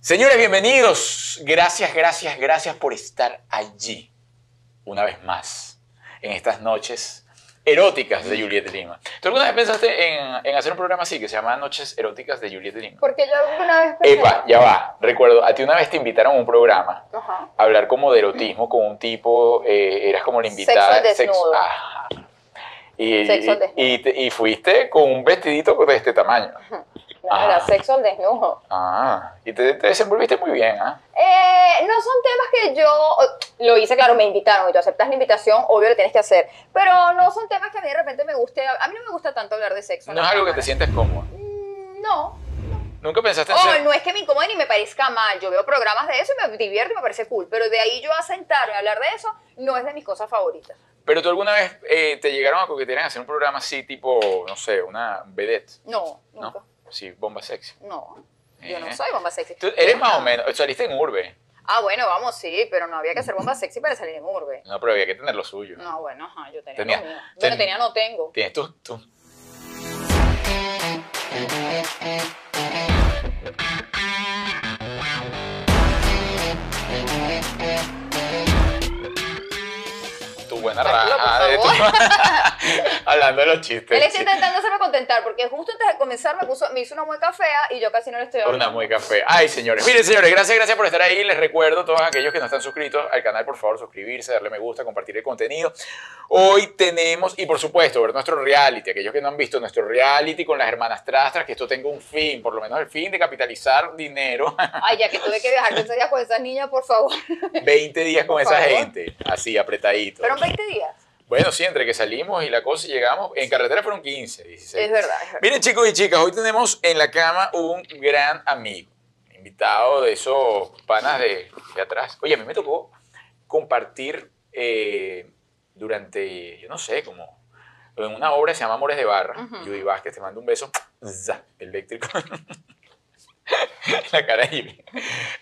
Señores, bienvenidos. Gracias, gracias, gracias por estar allí. Una vez más, en estas noches eróticas de Juliet Lima. ¿Tú alguna vez pensaste en, en hacer un programa así que se llama Noches Eróticas de Juliet Lima? Porque yo alguna vez pensé- Epa, ya va. Recuerdo, a ti una vez te invitaron a un programa Ajá. a hablar como de erotismo con un tipo, eh, eras como la Sexo invitada. al desnudo. ajá. Y, Sexo al y- desnudo. y te- y fuiste con un vestidito de este tamaño. No, Ah. era sexo al desnudo. Ah, y te, te desenvolviste muy bien, ¿ah? Eh, no son temas que yo oh, lo hice, claro, me invitaron y tú aceptas la invitación, obvio lo tienes que hacer, pero no son temas que a mí de repente me guste, a mí no me gusta tanto hablar de sexo. en No es la algo que te cámara. sientes cómodo. Mm, No, Nunca pensaste en oh, ser- no es que me incomode ni me parezca mal, yo veo programas de eso y me divierto y me parece cool, pero de ahí yo a sentarme a hablar de eso no es de mis cosas favoritas. Pero tú alguna vez eh, te llegaron a coquetear en hacer un programa así, tipo, no sé, una vedette, No, ¿no? nunca, Sí, bomba sexy. no, yo no Eh. soy bomba sexy. Tú eres más o menos, saliste en urbe. Ah, bueno, vamos, sí, pero no había que ser bomba sexy para salir en urbe. No, pero había que tener lo suyo. No, bueno, ajá, yo tenía, Tenía- lo mío. ten- Bueno, tenía, no tengo. Tienes tú, tú. Tu buena Tranquilo, por rajada de tu... Hablando de los chistes. Él está intentando hacerme contentar porque justo antes de comenzar me puso, me hizo una mueca fea y yo casi no le estoy hablando. Una mueca café. Ay, señores. Miren, señores, gracias, gracias por estar ahí. Les recuerdo a todos aquellos que no están suscritos al canal, por favor, suscribirse, darle me gusta, compartir el contenido. Hoy tenemos, y por supuesto, ver nuestro reality. Aquellos que no han visto nuestro reality con las hermanas Trastras, que esto tenga un fin, por lo menos el fin de capitalizar dinero. Ay, ya que tuve que viajar 15 días con esas niñas, por favor. 20 días con Por esa favor. gente, así apretadito. Fueron 20 días. Bueno, sí, entre que salimos y la cosa y llegamos, en carretera fueron 15, 16. Es verdad, es verdad. Miren chicos y chicas, hoy tenemos en la cama un gran amigo, invitado de esos panas de, de atrás. Oye, a mí me tocó compartir eh, durante, yo no sé, como en una obra que se llama Amores de Barra. Ujú. Judy Vázquez, te mando un beso za, eléctrico. la cara de Judy.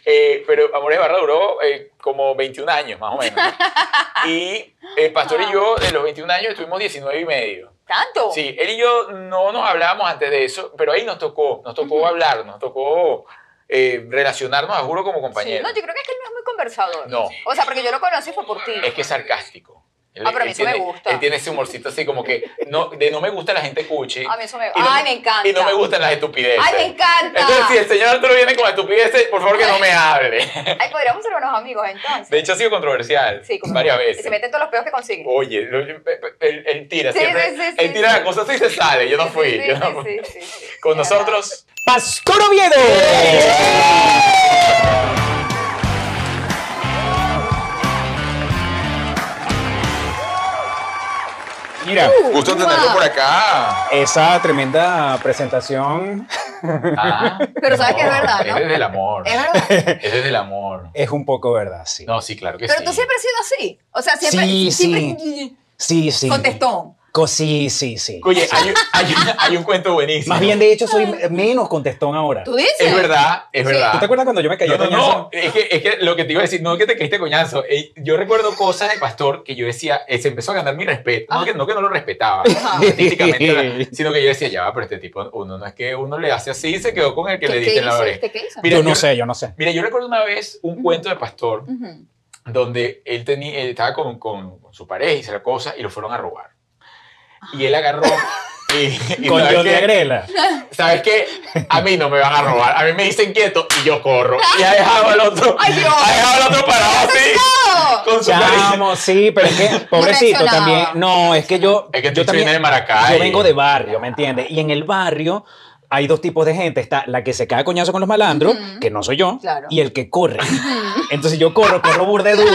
Eh, pero Amores de Barra duró eh, como 21 años, más o menos. ¿no? Y eh, Pastor y yo, de los 21 años, estuvimos 19 y medio. ¿Tanto? Sí, él y yo no nos hablábamos antes de eso, pero ahí nos tocó, nos tocó hablar, nos tocó eh, relacionarnos, a juro, como Sí, compañeros. No, yo creo que es que él no es muy conversador. No. O sea, porque yo lo conocí fue por ti. Es que es sarcástico. Él- Ah, pero a él mí eso me tiene- gusta. Él tiene ese humorcito así como que no, de no me gusta la gente cuchi. A mí eso me- y Ay, me encanta. Y no me gustan las estupideces. ¡Ay, me encanta! Entonces, si el señor Arturo viene con estupideces, por favor que no me hable. Ay, podríamos ser buenos amigos entonces. De hecho, ha sido controversial sí, como- varias Y se veces. Oh, meten todos los peos que consiguen. Oye, lo- él, él tira Sí, siempre. sí, sí, él sí, tira sí. la cosa así y se sale. Yo no fui. Sí, sí, yo no fui. sí, sí, sí, sí. Con Es verdad. nosotros. Pastor Oviedo. Mira, Gusto tenerlo Guau. por acá. esa tremenda presentación Ah. Pero sabes que es verdad, ¿no? Es desde el amor. Es verdad. Es desde el amor. es un poco verdad, sí. No, sí, claro que Pero sí. tú siempre has sido así. O sea, siempre. Sí, siempre Sí, sí. Contestón. Co- sí, sí, sí. Oye, hay, un- hay un- hay un cuento buenísimo. Más bien, de hecho, soy menos contestón ahora. ¿Tú dices? Es verdad, es Sí. verdad. ¿Tú te acuerdas cuando yo me caí No, a no, coñazo? no. Es que, es que lo que te iba a decir, no que te caíste coñazo. Eh, Yo recuerdo cosas de pastor que yo decía, eh, se empezó a ganar mi respeto. Ah. No, que, no que no lo respetaba, artísticamente, sino que yo decía, ya va, pero este tipo, uno no es que uno le hace así y se quedó con el que le diste en la hizo? oreja. ¿Este qué hizo? Mira, yo no yo- sé, yo no sé. Mira, yo recuerdo una vez un cuento de pastor Ujú. donde él, tenía, él estaba con, con- con su pareja y esa cosa y lo fueron a robar. Y él agarró y, y Con ¿sabes, John de qué? Agrela. ¿sabes qué? A mí no me van a robar, a mí me dicen quieto y yo corro. Y ha dejado al otro, ¡Ay, Dios! ha dejado al otro parado así ¡No! con su carita. Chamo, sí, pero es que, pobrecito reaccionaba. también. No, es que yo. Es que yo tú vienes de Maracay. Yo vengo de barrio, ¿me entiendes? Y en el barrio hay dos tipos de gente. Está la que se cae a coñazo con los malandros, que no soy yo, Claro. y el que corre. Entonces yo corro, corro burde duro.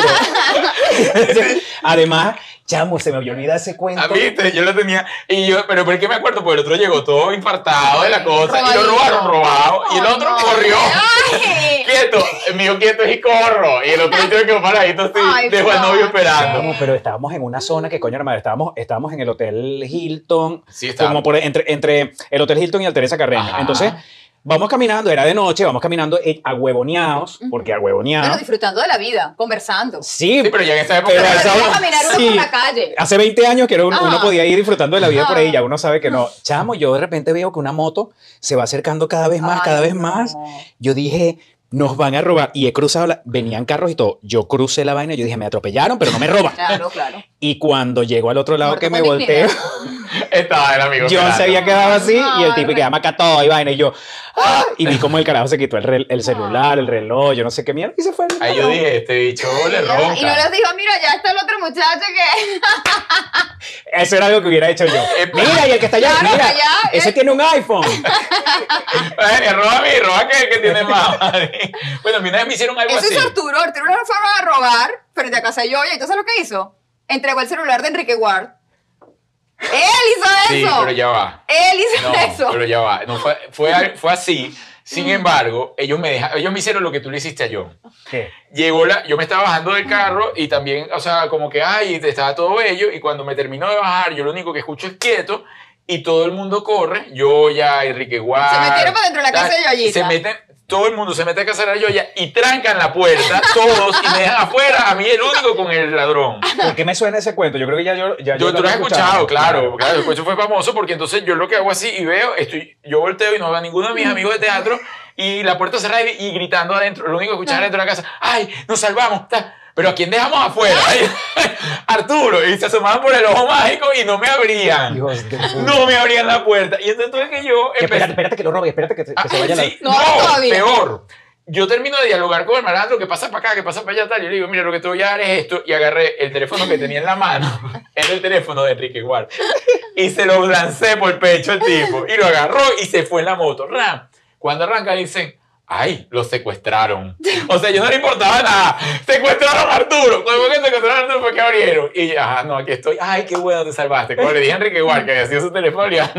Además, chamo, se me olvidó ese cuento. A mí, te- Ah, yo lo tenía. Y yo, pero ¿por qué me acuerdo? Porque el otro llegó todo infartado de la cosa. Y lo Robadito. robaron robado. Y el Ay, otro no. corrió. ¡Ay! Quieto. El mío quieto es y corro. Y el otro que quedó paradito así. Ay, dejó al novio esperando. Chamo, pero estábamos en una zona que, coño, hermano, estábamos, estábamos en el Hotel Hilton, Sí, estábamos. como por, e, entre, entre el Hotel Hilton y el Teresa Carreño. Ajá. Entonces, vamos caminando, era de noche, vamos caminando eh, agüevoneados, porque Pero agüevoneados. disfrutando de la vida, conversando. Sí, Sí, pero ya en esa época. Pero era- Pero esa- quería caminar uno sí. por la calle. Hace 20 años que era un- Ah. uno podía ir disfrutando de la vida por ahí, Ah. ya uno sabe que no. Chamo, yo de repente veo que una moto se va acercando cada vez más, Ay, cada vez no. más. Yo dije, nos van a robar. Y he cruzado, la- venían carros y todo. Yo crucé la vaina y yo dije, me atropellaron, pero no me roban. Claro, claro. Y cuando llego al otro lado Muerto que me con volteo, dignidad. Estaba el amigo. John se esperando. había quedado así y Ay, el tipo y que bueno. llama acá todo y vaina. Y yo, ¡ah! y vi como el carajo se quitó el, rel- el celular, el reloj, yo no sé qué mierda, y se fue. Ahí yo dije, este bicho le Y no ronca. les dijo, mira, ya está el otro muchacho que. Eso era algo que hubiera hecho yo. Mira, y el que está allá, Claro, mira, allá, ese eh. tiene un iPhone. Ay, Eh, roba a mí, roba a que, que tiene más. bueno, a mí una vez me hicieron algo Eso así. es Arturo. Arturo lo fueron a robar frente a casa de Yoya. Entonces, ¿lo que hizo? Entregó el celular de Enrique Ward. ¡Él hizo Sí, eso! pero ya va. Él hizo No, eso. pero ya va. No, fue, fue, al- fue así. Sin embargo, ellos me, deja- ellos me hicieron lo que tú le hiciste a John. ¿Qué? Llegó la, yo me estaba bajando del carro y también, o sea, como que, ay, estaba todo bello y cuando me terminó de bajar, yo lo único que escucho es quieto y todo el mundo corre, yo ya, Enrique Guar. Se metieron para dentro de la casa de Yoyita. Se meten, todo el mundo se mete a casa de la Yoya y trancan la puerta, todos, y me dejan afuera, a mí el único con el ladrón. ¿Por qué me suena ese cuento? Yo creo que ya yo. Ya Yo, yo tú lo has había escuchado, claro, claro, el eso fue famoso porque entonces yo lo que hago así y veo, estoy, yo volteo y no veo a ninguno de Mm. mis amigos de teatro y la puerta cerrada y, y gritando adentro, lo único que Ah. escuchaba adentro de la casa, ¡ay, nos salvamos! ta, Pero ¿a quién dejamos afuera? Ah. Arturo, y se asomaban por el ojo mágico y no me abrían. Dios de puta. No me abrían la puerta. Y entonces tuve que yo Que Espérate, empezar- espérate que lo robe, espérate que, se- que Ah, se vaya la. sí, No, no, todavía. peor. Yo termino de dialogar con el malandro que pasa para acá, que pasa para allá, tal. Y yo le digo, mira, lo que te voy a dar es esto. Y agarré el teléfono que tenía en la mano. Era el teléfono de Enrique Guard. Y se lo lancé por el pecho al tipo. Y lo agarró y se fue en la moto. Ram. Cuando arranca dicen, ay, lo secuestraron. O sea, yo no le importaba nada. Secuestraron a Arturo. Cuando fue que secuestraron a Arturo fue que abrieron. Y ajá, no, aquí estoy. Ay, qué bueno, te salvaste. Cuando le dije a Enrique Guard que había sido su teléfono, le "Ah,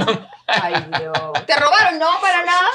Ay, Dios. ¿Te robaron? No, para nada.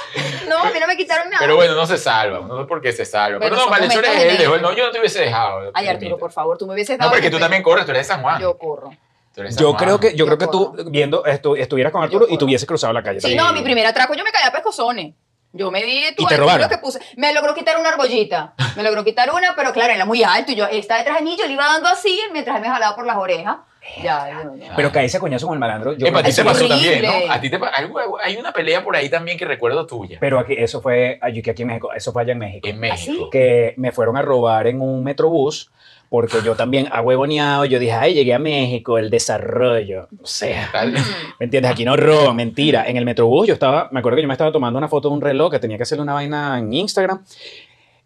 No, a mí no me quitaron nada. Pero bueno, no se salva, no sé por qué se salva. Pero Bueno, no, son malhechores es momentos él, dejó- inéditos. no, yo no te hubiese dejado. eh, Ay, Arturo, por favor, tú me hubieses No, dado. porque tú respeto. también corres, tú eres de San Juan. Yo corro. Tú eres de San Yo Juan. creo que, yo Yo creo que tú puedo. viendo esto, estuvieras con Arturo y te puedo. hubieses cruzado la calle. Sí, también. no, mi primer atraco yo me caí a pescozones. Yo me di ¿Y te lo robaron? que puse. Me logró quitar una argollita. Me logró quitar una, pero claro, era muy alto. Y yo, él está detrás de mí, yo le iba dando así mientras él me jalaba por las orejas. Ya, yo, no. Pero caerse a coñazo con el malandro. Yo Epa, a creo ti que es te sí. pasó horrible. también, ¿no? A ti te pa- algo- algo- Hay una pelea por ahí también que recuerdo tuya, Pero aquí, eso fue allí- que aquí en México, eso fue allá en México. en México. Que me fueron a robar en un metrobús porque yo también a huevoneado, yo dije, ay, llegué a México, el desarrollo. O sea, Tal- ¿Me entiendes? Aquí no roban, mentira. En el Metrobús yo estaba, me acuerdo que yo me estaba tomando una foto de un reloj que tenía que hacerle una vaina en Instagram.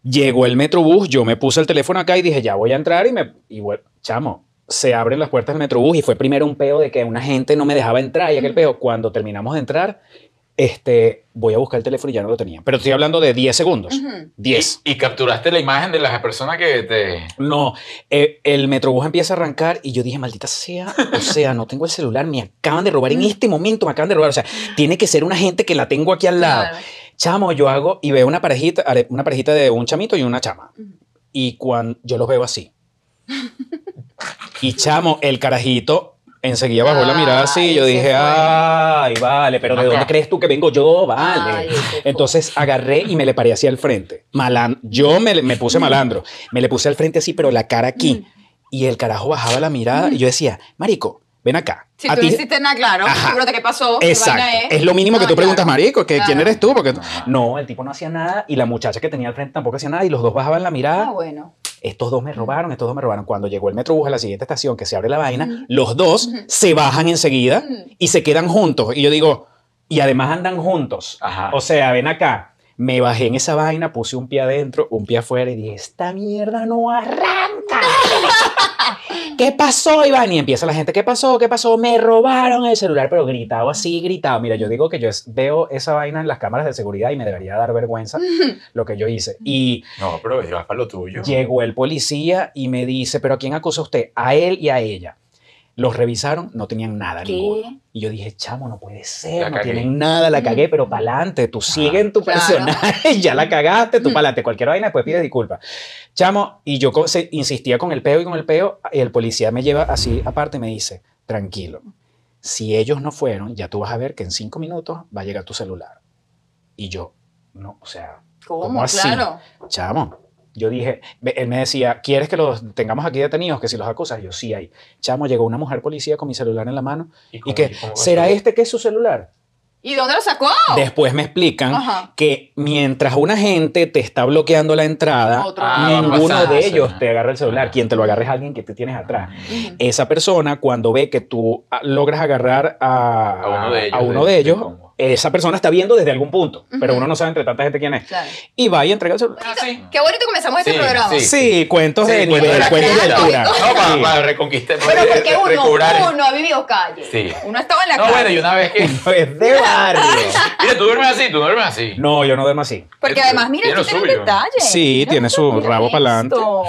Llegó el Metrobús, yo me puse el teléfono acá y dije, ya voy a entrar y me... Y bueno, chamo, se abren las puertas del Metrobús y fue primero un peo de que una gente no me dejaba entrar y aquel peo, cuando terminamos de entrar, este, voy a buscar el teléfono y ya no lo tenía. Pero estoy hablando de 10 segundos. Ujú. 10. Y, y capturaste la imagen de las personas que te... No, eh, el Metrobús empieza a arrancar y yo dije, maldita sea, o sea, no tengo el celular, me acaban de robar en este momento, me acaban de robar, o sea, tiene que ser una gente que la tengo aquí al lado. Claro. Chamo, yo hago y veo una parejita, are- una parejita de un chamito y una chama. Y cuando yo los veo así. Y chamo, el carajito enseguida bajó la mirada así y yo Ay, se dije, fue. ay, vale, pero ¿de Acá. dónde crees tú que vengo yo? Vale. Ay, se fue. Entonces agarré y me le paré hacia el frente. Malan yo me, le- me puse malandro. Me le puse al frente así, pero la cara aquí. Y el carajo bajaba la mirada y yo decía, marico, ven acá. Si A tú ti- no hiciste nada claro, Ajá. figúrate qué pasó. qué Exacto. vaina Es lo mínimo que Ah, tú preguntas, claro. marico, que quién Claro. eres tú, porque no, el tipo no hacía nada y la muchacha que tenía al frente tampoco hacía nada y los dos bajaban la mirada. Ah, bueno. Estos dos me robaron, estos dos me robaron. Cuando llegó el metrobús a la siguiente estación que se abre la vaina, los dos se bajan enseguida Mm. y se quedan juntos y yo digo, y además andan juntos. Ajá. O sea, ven acá. Me bajé en esa vaina, puse un pie adentro, un pie afuera y dije, esta mierda no arranca. ¿Qué pasó, Iván? Y empieza la gente, ¿qué pasó? ¿Qué pasó? Me robaron el celular, pero gritado así, gritado. Mira, yo digo que yo es- veo esa vaina en las cámaras de seguridad y me debería dar vergüenza lo que yo hice. Y No, pero vas para lo tuyo. llegó el policía y me dice, ¿pero a quién acusa usted? A él y a ella. Los revisaron, no tenían nada, ¿Qué? ninguno. Y yo dije, chamo, no puede ser, La no cagué. tienen nada, la cagué, pero pa'lante, tú sigue en tu claro. personaje, ya la cagaste, tú pa'lante, cualquier vaina, después pides disculpas. Chamo, y yo co- se- insistía con el peo y con el peo, y el policía me lleva así aparte y me dice, tranquilo, si ellos no fueron, ya tú vas a ver que en cinco minutos va a llegar tu celular. Y yo, no, o sea, ¿Cómo? ¿Cómo así? Claro. Chamo, yo dije, ve- él me decía, ¿quieres que los tengamos aquí detenidos? Que si los acusas, yo sí ahí. Chamo, llegó una mujer policía con mi celular en la mano y, con- que, y con- ¿será este que es su celular? Y ¿Y dónde lo sacó? Después me explican Ah. Ajá. que mientras una gente te está bloqueando la entrada, Otro. Ah, va a ninguno pasar, de sí. ellos te agarra el celular. Quien te lo agarra es alguien que tú tienes atrás. Esa persona, cuando ve que tú ah, logras agarrar a, A uno de ellos, a uno de- de ellos, del combo. esa persona está viendo desde algún punto, pero Ujú. uno no sabe entre tanta gente quién es. Claro. Y va y entrega el celular. Ah, sí. Qué bonito comenzamos este Sí, programa. sí. Sí, cuentos Sí, de cuentos de nivel, la cuentos de calle. altura. No, para, Sí. para reconquistar. Pero porque uno, recobrar- uno ha vivido calle. Sí. Uno estaba en la No, calle. bueno, y una vez que. Es de barrio. Mira, tú duermes así, tú duermes así. No, yo no duermo así. Porque Esto además, mira, tiene aquí lo tiene un suyo. detalle. Sí, Mira, tiene su mira rabo pa'lante. esto.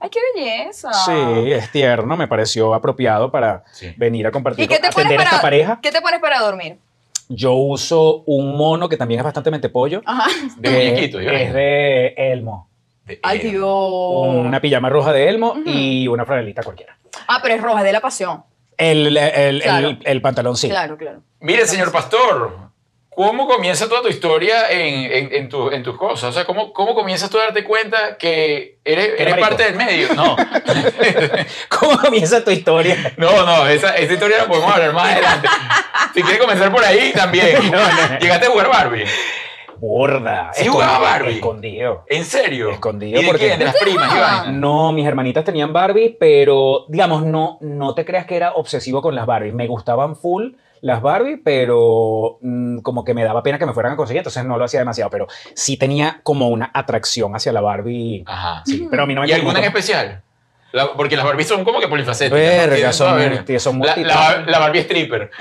Ay, qué belleza. Sí, es tierno, me pareció apropiado para Sí. venir a compartir, ¿Y qué te pones atender a esta para, pareja. qué te pones para dormir? Yo uso un mono que también es bastante mentepollo. Ajá. De que muñequito, yo. Es de Elmo. De- Ay, eh, Dios. Una pijama roja de Elmo y una franelita cualquiera. Ah, pero es roja, es de la pasión. El, el- Claro. el- el pantalón sí. Claro, claro. Mire, señor pastor, ¿cómo comienza toda tu historia en, en, en tu- en tus cosas? O sea, ¿cómo, ¿cómo comienzas tú a darte cuenta que eres, eres marico. parte del medio? No, ¿Cómo comienza tu historia? no, no, esa, esa historia la podemos hablar más adelante. Si quieres comenzar por ahí, también. No, no. Llegaste a jugar Barbie. Gorda. Sí jugaba Barbie. Escondido. ¿En serio? Escondido, ¿Y de porque- quién? ¿De las primas, Iván? No, mis hermanitas tenían Barbie, pero digamos, no, no te creas que era obsesivo con las Barbies. Me gustaban full las Barbie, pero mm, como que me daba pena que me fueran a conseguir, entonces no lo hacía demasiado, pero sí tenía como una atracción hacia la Barbie. Ajá. Sí, pero a mí no me ¿Y alguna en encantó. especial? La- porque las Barbies son como que polifacéticas. ¿no? Verga, Tienen son toda multi- verga. son la, la, multitask. la Barbie stripper.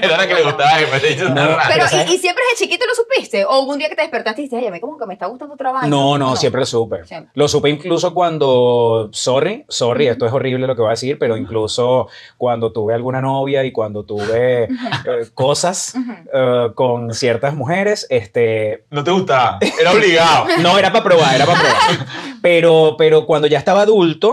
Era la que le gustaba. jefe, te hizo una No, rara. Pero, Ah, pero ¿sabes? ¿y, y siempre desde chiquito lo supiste? ¿O un día que te despertaste y dijiste, ay, a mí como que me está gustando otra vaina? No, no, siempre lo supe. Siempre. Lo supe incluso cuando, sorry, sorry, esto es horrible lo que voy a decir, pero incluso cuando tuve alguna novia y cuando tuve eh, cosas Ujú. eh, con ciertas mujeres, este, No te gustaba. Era obligado. No, era para probar, era para probar. Pero, pero cuando ya estaba adulto,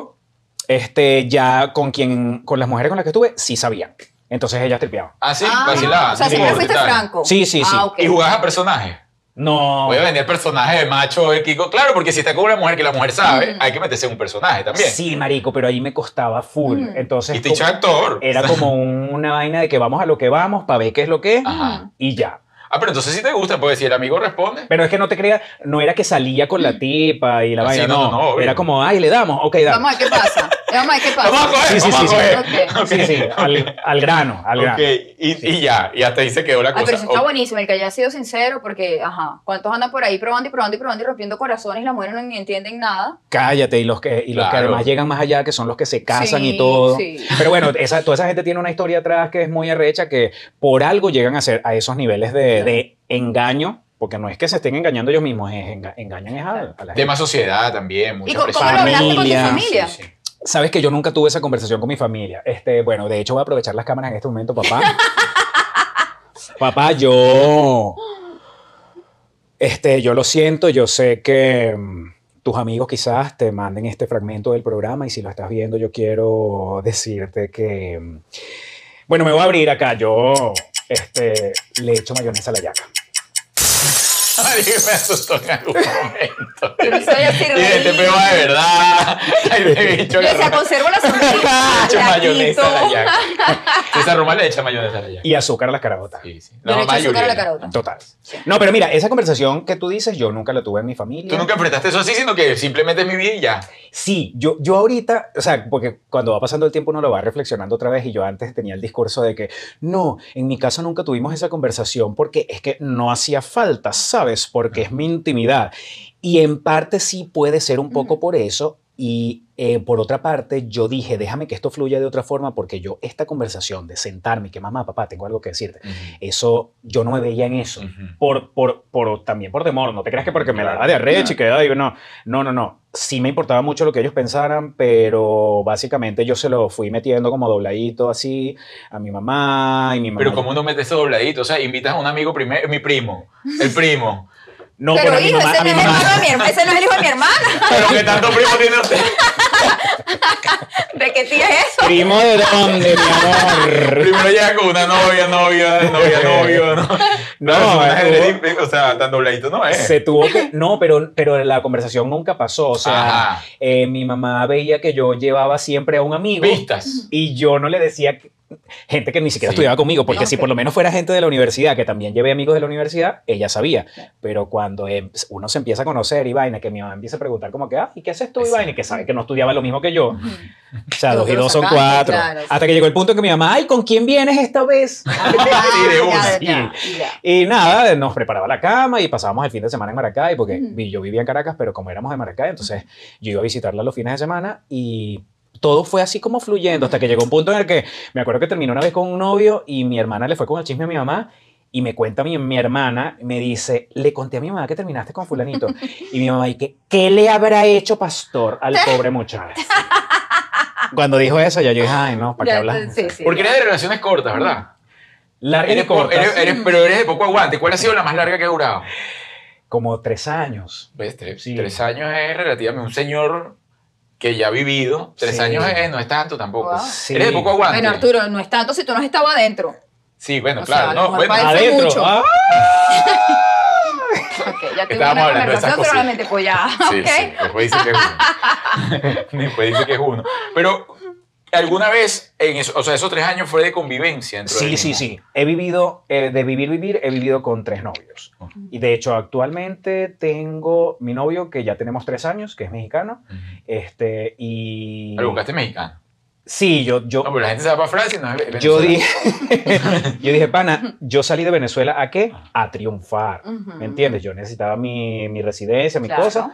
este, ya con quien, con las mujeres con las que estuve, sí sabían. Entonces ellas tripeaban. Ah, sí, Ah, vacilaba. O sea, sí, siempre sí, fuiste tal. franco. Sí, sí, sí. Ah, ok. Y jugabas a personajes. No. Voy a vender personajes de macho de Kiko. Claro, porque si está con una mujer que la mujer sabe, hay que meterse en un personaje también. Sí, marico, pero ahí me costaba full. Mm. Entonces Y te echó como- actor. era como un- una vaina de que vamos a lo que vamos para ver qué es lo que es Ajá. y ya. Ah, pero entonces sí te gusta, porque si el amigo responde. Pero es que no te creas, no era que salía con la tipa y la Ah, sí, vaina, no, no. no, obvio. era como, ay, le damos, ok, dale. Vamos a ver qué pasa. Vamos a ver qué pasa. Vamos a coger, Sí, sí, vamos sí, a sí. coger. Ok. Sí, sí, al, al grano, al grano. Ok, y, y ya, y hasta ahí se quedó la Ay, cosa. pero eso está Ok. buenísimo, el que haya sido sincero, porque, ajá, ¿cuántos andan por ahí probando y probando y probando y rompiendo corazones y las mujeres no ni entienden nada? Cállate, y los que, y los que Claro. además llegan más allá, que son los que se casan Sí, y todo. sí. Pero bueno, esa, toda esa gente tiene una historia atrás que es muy arrecha, que por algo llegan a ser a esos niveles de, de engaño, porque no es que se estén engañando ellos mismos, es enga- engañan es a, a la De gente. más sociedad también. mucha ¿Y cómo, presión. cómo lo hablaste con tu Familia. familia? Sí, sí. Sabes que yo nunca tuve esa conversación con mi familia. Este, bueno, de hecho voy a aprovechar las cámaras en este momento, papá. papá, yo... Este, yo lo siento, yo sé que mm, tus amigos quizás te manden este fragmento del programa y si lo estás viendo yo quiero decirte que... mm, Bueno, me voy a abrir acá, yo este, le echo mayonesa a la yaca. Ay, me asustó en algún momento. Yo no sabía si Y reír. este peo va de verdad. Ay, de bicho Yo que decía, Roma- conservo la le echa sonrisa. mayonesa a la Flaquito. yaca. Esa Roma le echa mayonesa a la yaca. Y azúcar a las carabotas. Sí, sí. Yo le echo mamá azúcar a la Juliana. carota. Total. No, pero mira, esa conversación que tú dices yo nunca la tuve en mi familia. Tú nunca enfrentaste eso así, sino que simplemente mi vida y ya. Sí, yo, yo ahorita, o sea, porque cuando va pasando el tiempo uno lo va reflexionando otra vez y yo antes tenía el discurso de que no, en mi casa nunca tuvimos esa conversación porque es que no hacía falta, ¿sabes? Porque es mi intimidad. Y en parte sí puede ser un poco Ujú. por eso. Y eh, por otra parte, yo dije, déjame que esto fluya de otra forma porque yo esta conversación de sentarme y que mamá, papá, tengo algo que decirte, eso yo no me veía en eso Ujú. por, por, por, también por temor, no te creas que porque me la daba de arrecho y que, ay, no, no, no, no, sí me importaba mucho lo que ellos pensaran, pero básicamente yo se lo fui metiendo como dobladito así a mi mamá y mi mamá. Pero ¿cómo no metes eso dobladito? O sea, invitas a un amigo primero, mi primo, el primo. No, pero Pero a mi hijo, mamá, ese no a mi es el mamá. hermano de mi hermana, ese no es el hijo de mi hermana. Pero que tanto primo tiene usted. ¿De qué tía es eso? Primo de dónde, mi amor. Primero llega con una novia, novia, novia, novio, ¿no? No, es un estuvo- ajedrez, o sea, tan dobladito no es. Se tuvo que. No, pero, pero la conversación nunca pasó. O sea, Ajá. eh, mi mamá veía que yo llevaba siempre a un amigo. Vistas. y yo no le decía que- gente que ni siquiera Sí. estudiaba conmigo, porque No, si pero- por lo menos fuera gente de la universidad, que también llevé amigos de la universidad, ella sabía. Pero cuando em- uno se empieza a conocer y vaina, que mi mamá empieza a preguntar como que, ah, ¿y qué haces tú, Ivaina? Y que sabe que no estudiaba lo mismo que yo. O sea, Pero dos y que lo dos son sacaste, cuatro. claro, sí. Hasta que llegó el punto en que mi mamá, ay, ¿con quién vienes esta vez? Sí, de ya, una. ya, ya. Y nada, nos preparaba la cama y pasábamos el fin de semana en Maracay, porque vi- yo vivía en Caracas, pero como éramos de Maracay, entonces yo iba a visitarla los fines de semana y todo fue así como fluyendo, hasta que llegó un punto en el que me acuerdo que terminó una vez con un novio y mi hermana le fue con el chisme a mi mamá. Y me cuenta mi, mi hermana, me dice, le conté a mi mamá que terminaste con fulanito. Y mi mamá, ¿y qué, qué le habrá hecho Pastor al pobre muchacho? Cuando dijo eso, ya yo dije, ay, no, ¿para qué Ya, hablas? sí, sí, Porque ya. eres de relaciones cortas, ¿verdad? Larga y Eres po- corta, eres- eres- pero eres de poco aguante. ¿Cuál ha sido la más larga que ha durado? como tres años. ¿Ves? Tres, Sí. tres años es relativamente un señor que ya ha vivido. Tres Sí. años es- no es tanto tampoco. Wow. Sí. Eres de poco aguante. Bueno, Arturo, no es tanto si tú no has estado adentro. Sí, bueno, O sea, claro. a lo no, mejor bueno, para- Parece Adentro. mucho. ah. Ok, ya tuve Estábamos una hablando de esas conversación cosas. solamente pollada. Sí, ok. sí, después dice que es uno. después dice que es uno. Pero alguna vez, en eso- o sea, esos tres años fue de convivencia. dentro del Sí, sí, mismo? sí. He vivido, eh, de vivir, vivir, he vivido con tres novios. Y de hecho, actualmente tengo mi novio que ya tenemos tres años, que es mexicano. Este, y. Pero buscaste mexicano. Sí, yo, yo, No, pero la gente se va para Francia y no es Venezuela. yo dije, yo dije, pana, yo salí de Venezuela a qué? A triunfar. Ujú. ¿Me entiendes? Yo necesitaba mi, mi residencia, mi Claro. cosa.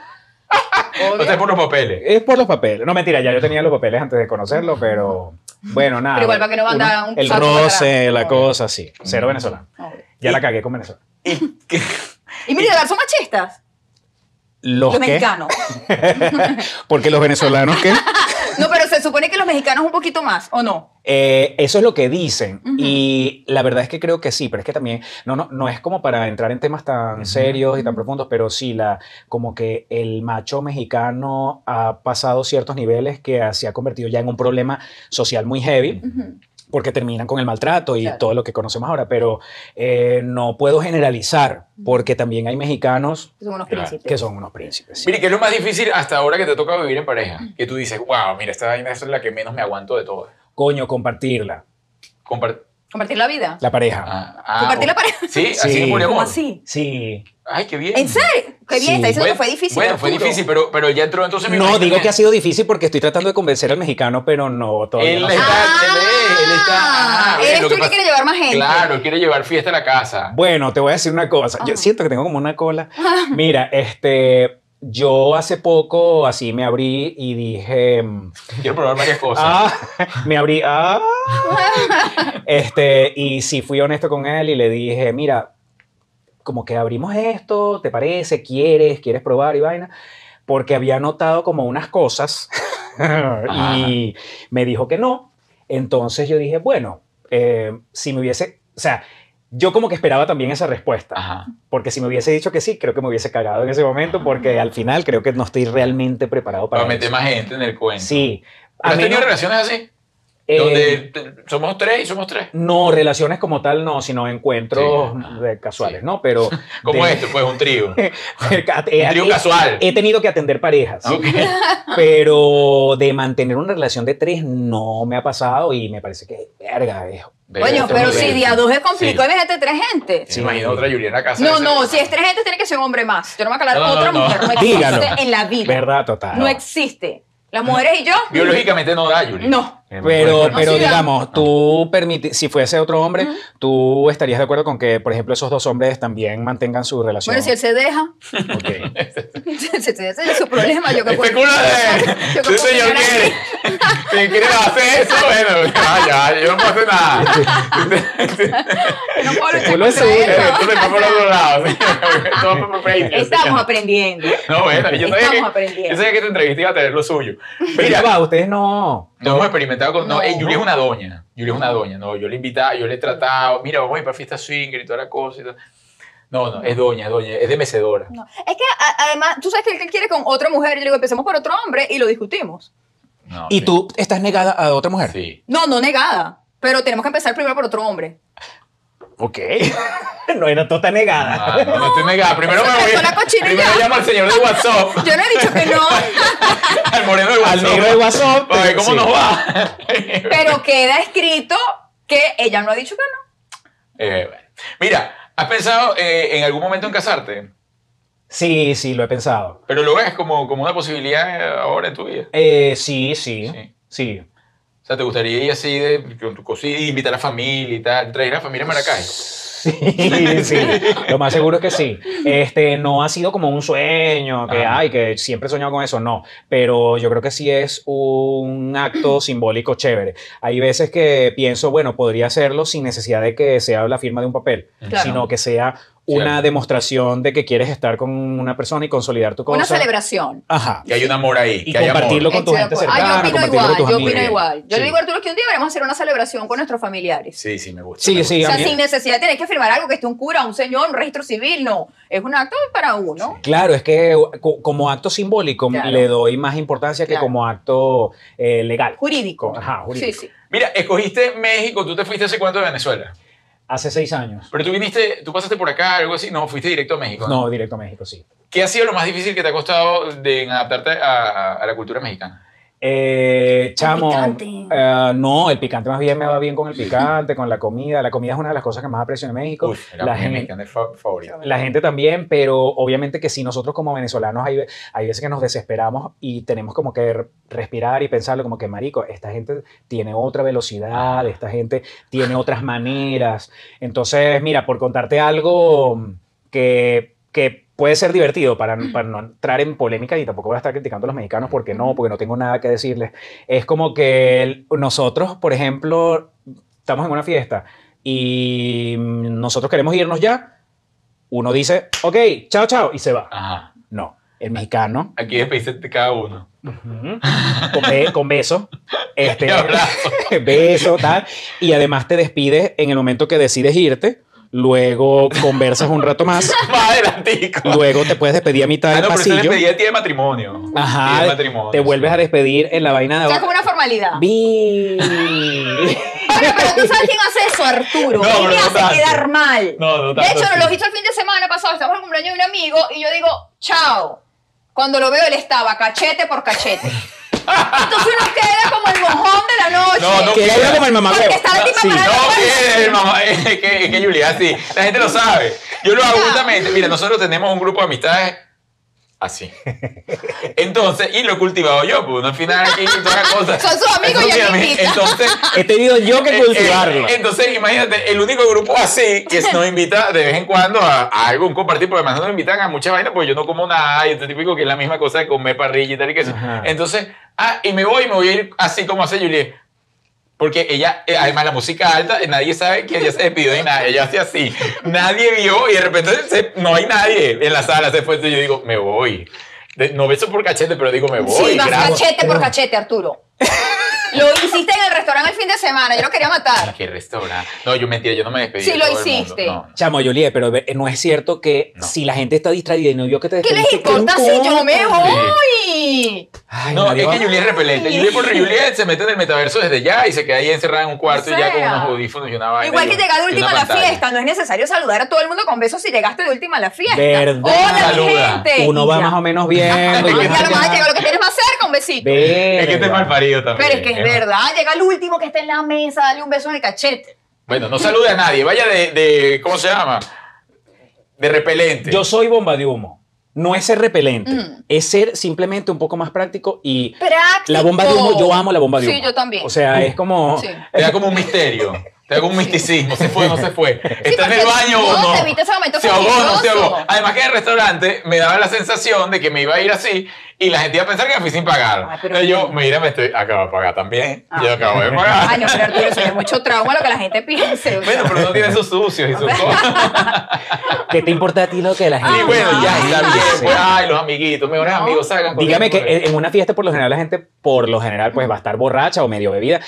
O sea, por los papeles. Es por los papeles. No, mentira, ya yo tenía los papeles antes de conocerlo, pero bueno, nada. Pero igual, para que no manda Uno- un El salto para roce, atrás. la No. cosa, sí. Cero venezolano. Obvio. Ya la cagué con Venezuela. ¿Y qué? Y mira, son machistas. Los ¿Los, qué? mexicanos. Porque los venezolanos que... No, pero se supone que los mexicanos un poquito más, ¿o no? Eh, eso es lo que dicen. Y la verdad es que creo que sí, pero es que también, no, no, no es como para entrar en temas tan serios y tan profundos, pero sí, la, como que el macho mexicano ha pasado ciertos niveles que se ha convertido ya en un problema social muy heavy. Ujú. porque terminan con el maltrato y Claro. todo lo que conocemos ahora, pero eh, no puedo generalizar, porque también hay mexicanos Son unos Claro, príncipes. que son unos príncipes. sí. Mire, ¿qué es lo más difícil hasta ahora que te toca vivir en pareja? Mm. Que tú dices, wow, mira, esta vaina es la que menos me aguanto de todas. Coño, compartirla, Compar- Compartir la vida. la pareja. ah, ah, Compartir la bueno. pareja. Sí, así Sí. de poliamor. ¿Cómo así? Sí. Ay, qué bien. ¿En serio? Qué bien, Sí. está diciendo Bueno, que fue difícil. Bueno, fue Arturo. difícil, pero, pero ya entró entonces me No, imagino digo que ha sido difícil porque estoy tratando de convencer al mexicano, pero no, todavía Él no está, sé. él es, él está. ah, Ah. eres bien, lo tú el que pasa- quiere llevar más gente. Claro, quiere llevar fiesta a la casa. Bueno, te voy a decir una cosa. Yo Ajá. siento que tengo como una cola. Mira, este, yo hace poco así me abrí y dije, mm, Quiero probar varias cosas. ah, me abrí, ah. Este, y sí fui honesto con él y le dije, mira, como que abrimos esto, ¿te parece? ¿Quieres? ¿Quieres probar y vaina? Porque había notado como unas cosas y me dijo que no. Entonces yo dije, bueno, eh, si me hubiese, o sea, yo como que esperaba también esa respuesta. Ajá. Porque si me hubiese dicho que sí, creo que me hubiese cagado en ese momento, porque al final creo que no estoy realmente preparado para, Para meter eso. más gente en el cuento. Sí. ¿Pero ¿Has tenido menos- relaciones así? eh, donde te- somos tres y somos tres. No, relaciones como tal no, sino encuentros Sí, ajá. de- casuales, Sí. ¿no? Pero... Como de- Eh, esto, pues un trío. Un he, trío he- casual. Ah, he tenido que atender parejas, Ok. pero de mantener una relación de tres no me ha pasado y me parece que, verga, es- Coño, Este es pero un si trío. día dos es complicado, Sí. imagínate tres gente. Se imagina otra Julia en la casa. No, Ese- no, si es tres gente tiene que ser un hombre más. Yo no me voy a aclarar No, no, otra no. mujer. No existe Dígalo. en la vida. verdad total. No existe. Mm. Las mujeres y yo. Biológicamente no da, Eh, Julia. No. Em, Pero, No, pero sí, Ah. digamos, tú permite, si fuese otro hombre, tú estarías de acuerdo con que, por ejemplo, esos dos hombres también mantengan su relación. Bueno, si él se deja, Ok. ese es su problema. Yo que Este culo de... Yo que puedo Sí, señor, opinar quiere. aquí. Si quiere hacer eso, bueno, ya, ya, yo no puedo hacer nada. No puedo luchar Tú lo contra eres. eso. Entonces fue por otro lado. señor. Todo fue por Facebook, señor. Estamos aprendiendo. No, bueno, yo sabía, Estamos que, aprendiendo. yo sabía que esta entrevista iba a tener lo suyo. Pero Mira, ya va, ustedes no. No hemos experimentado con. No, No. eh, Julia es una doña. Julia es una doña. No, yo le invitaba, yo le he tratado. Mira, vamos a ir para fiesta swinger y toda la cosa. Y todo. No, no, es doña, es doña, es de mecedora. No, Es que a- además, tú sabes que él quiere con otra mujer. Yo le digo, empecemos por otro hombre y lo discutimos. No, ¿Y sí. tú estás negada a otra mujer? Sí. No, no negada. Pero tenemos que empezar primero por otro hombre. Ok. no era toda negada. Ah, no, no estoy negada. Primero me Eso voy. empezó la cochinilla. Primero llamo al señor de WhatsApp, Yo no he dicho que no, al moreno de WhatsApp. Al negro de WhatsApp. Oye, ¿cómo Sí. nos va? pero queda escrito que ella no ha dicho que no. Eh, bueno. Mira, ¿has pensado eh, en algún momento en casarte? Sí, sí, lo he pensado. Pero lo ves como, como una posibilidad eh, ahora en tu vida. Eh, sí, sí, Sí. sí. O sea, ¿te gustaría ir así de con tu cosita, invitar a familia y tal? Traer a familia a Maracay. Sí, sí. Lo más seguro es que sí. Este, no ha sido como un sueño que Ajá. hay, que siempre he soñado con eso, no. Pero yo creo que sí es un acto simbólico chévere. Hay veces que pienso, bueno, podría hacerlo sin necesidad de que sea la firma de un papel, Claro. sino que sea una Cierto. demostración de que quieres estar con una persona y consolidar tu cosa. Una celebración. Ajá. Que hay un amor ahí. Y que hay amor. compartirlo con tu Estoy de gente acuerdo. cercana, Ah, yo opino compartirlo igual, con tus yo amigos. opino igual. Yo Sí. le digo a Arturo que un día veremos hacer una celebración con nuestros familiares. Sí, sí, me gusta. Sí, me sí, gusta. o sea, a mí- sin necesidad de tener que firmar algo que esté un cura, un señor, un registro civil, no. Es un acto para uno. Claro, es que co- como acto simbólico Claro. le doy más importancia que Claro. como acto eh, legal. Jurídico. Ajá, jurídico. Sí, sí. Mira, escogiste México, tú te fuiste hace cuánto de Venezuela. Hace seis años. Pero tú viniste, tú pasaste por acá, algo así. No, fuiste directo a México. No, directo a México, sí. ¿Qué ha sido lo más difícil que te ha costado de en adaptarte a, a la cultura mexicana? Eh, chamo, picante. eh, no, el picante más bien me va bien con el picante, con la comida. La comida es una de las cosas que más aprecio en México. Uy, la, la, comida gente, mexicana es fa- favorita. la gente también, pero obviamente que si nosotros como venezolanos hay, ve- hay veces que nos desesperamos y tenemos como que re- respirar y pensarlo como que, marico, esta gente tiene otra velocidad, esta gente tiene otras maneras. Entonces, mira, por contarte algo que, que puede ser divertido para, para no entrar en polémica y tampoco voy a estar criticando a los mexicanos porque no, porque no tengo nada que decirles. Es como que el- nosotros, por ejemplo, estamos en una fiesta y mm, nosotros queremos irnos ya, uno dice, ok, chao, chao, y se va. Ajá. No, el mexicano, Aquí despediste de cada uno. ujú, con, be- con beso, este, Y abrazo. beso, tal, y además te despides en el momento que decides irte, luego conversas un rato más, Más adelantico. luego te puedes despedir a mitad Ah, del no, pero se pasillo, despedía a ti de matrimonio. Y de ajá, matrimonio, te vuelves sí. a despedir en la vaina de O sea, es como una formalidad. Vi- Bueno, pero tú sabes quién hace eso, Arturo. No, Él me no hace tanto. quedar mal. No, no de tanto hecho, así. nos lo hizo el fin de semana pasado. Estamos en el cumpleaños de un amigo y yo digo, chao. Cuando lo veo, él estaba cachete por cachete. Entonces uno queda como el mojón de la noche. No, no, Que queda. habla como el Porque mamagüevo. está la tipa Sí. parada No, con- que el mamá, es que, es que Julia, sí, la gente lo sabe. Yo lo hago Ya. justamente. Mira, nosotros tenemos un grupo de amistades así. Entonces, y lo he cultivado yo, pues, no al final aquí toda la cosa. Son sus amigos Entonces, y aquí a mí- invita. Entonces, He tenido yo que eh, cultivarlo. eh, entonces, imagínate, el único grupo así que nos invita de vez en cuando a, a algún compartir, porque además no nos invitan a muchas vainas, porque yo no como nada, y este típico que es la misma cosa de comer parrilla y tal y que eso. Ajá. Entonces, ah, y me voy, me voy a ir así como hace Juliet. Porque ella, eh, además la música alta, eh, nadie sabe que ella se despidió y nada, ella hace así. Nadie vio y de repente se- no hay nadie en la sala, se fue. Entonces yo digo, me voy. De- no beso por cachete, pero digo, me voy. Sí, vas gracias. cachete por cachete, Arturo. Lo hiciste en el restaurante el fin de semana. Yo lo quería matar. Ah, Qué restaurante. No, yo mentira, yo no me despedí. Sí, de lo todo el mundo, hiciste. no. Chamo, Juliet, pero ve- no es cierto que No. si la gente está distraída y no vio que te ¿Qué les despediste, importa ¿qué si yo me importa? voy? Ay, No, marico. es que Juliet es repelente. Ay. Juliet, por, Juliet se mete en el metaverso desde ya y se queda ahí encerrada en un cuarto O y ya con sea. unos audífonos y una vaina. Igual que llegar de y última una a la pantalla. fiesta, no es necesario saludar a todo el mundo con besos si llegaste de última a la fiesta. ¿Verdad? Hola, mi Saluda. gente. Uno Y va ya. más o menos viendo. y Ah, uno ya lo ya- más llega lo que tienes más cerca, un besito. Es que este es Verga. mal parido también. ¿eh? Pero es que es verdad, llega el último que está en la mesa, dale un beso en el cachete. Bueno, no salude a nadie. Vaya de, de- ¿cómo se llama? De repelente. Yo soy bomba de humo. No es ser repelente, Mm. es ser simplemente un poco más práctico y Práctico. la bomba de humo, yo amo la bomba de humo. Sí, yo también. O sea, es como... Sí. Te da como un misterio. Te da como un misticismo. ¿Se fue o no se fue? ¿Está en porque el baño o no, no? te evita ese momento ¿Se ahogó o no se fastidioso. ahogó? Además que en el restaurante me daba la sensación de que me iba a ir así y la gente iba a pensar que me fui sin pagar. Ah, pero pero yo, sí. mira, me estoy, acabo de pagar también. Ah. Yo acabo de pagar. Ay, no, pero Arturo, eso es mucho trauma lo que la gente piense. o sea. Bueno, pero no tiene sus sucios y sus cosas. ¿Qué te importa a ti lo que Ah, la gente... Y bueno, ya está bien. Sí. pues, ay, los amiguitos, mejores No. amigos salgan. con Dígame que él, en en una fiesta por lo general la gente, por lo general, pues va a estar borracha o medio bebida.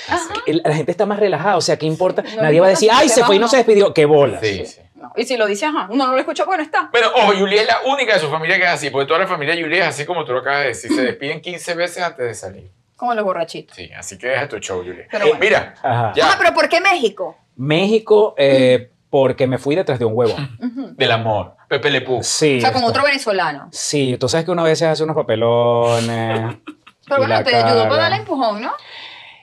El- La gente está más relajada, o sea, ¿qué importa? No Nadie importa va a decir, si ay, te se vas fue y o no no". se despidió. ¡Qué bola! Sí, sí. No, Y si lo dice, ajá, uno no lo escuchó porque no está. Bueno, ojo, Julia es la única de su familia que es así, porque toda la familia de Julia es así como tú lo acabas de decir, se despiden 15 veces antes de salir. Como los borrachitos. Sí, así que deja tu show, Julia. Pero bueno. Mira, Ajá. Ya. Ah, pero ¿por qué México? México, eh, porque me fui detrás de un huevo. del amor, Pepe Le Pew. Sí. O sea, con esto- otro venezolano. Sí, tú sabes que uno a veces hace unos papelones. Pero y la bueno, te ayudó caga. para darle empujón, ¿no?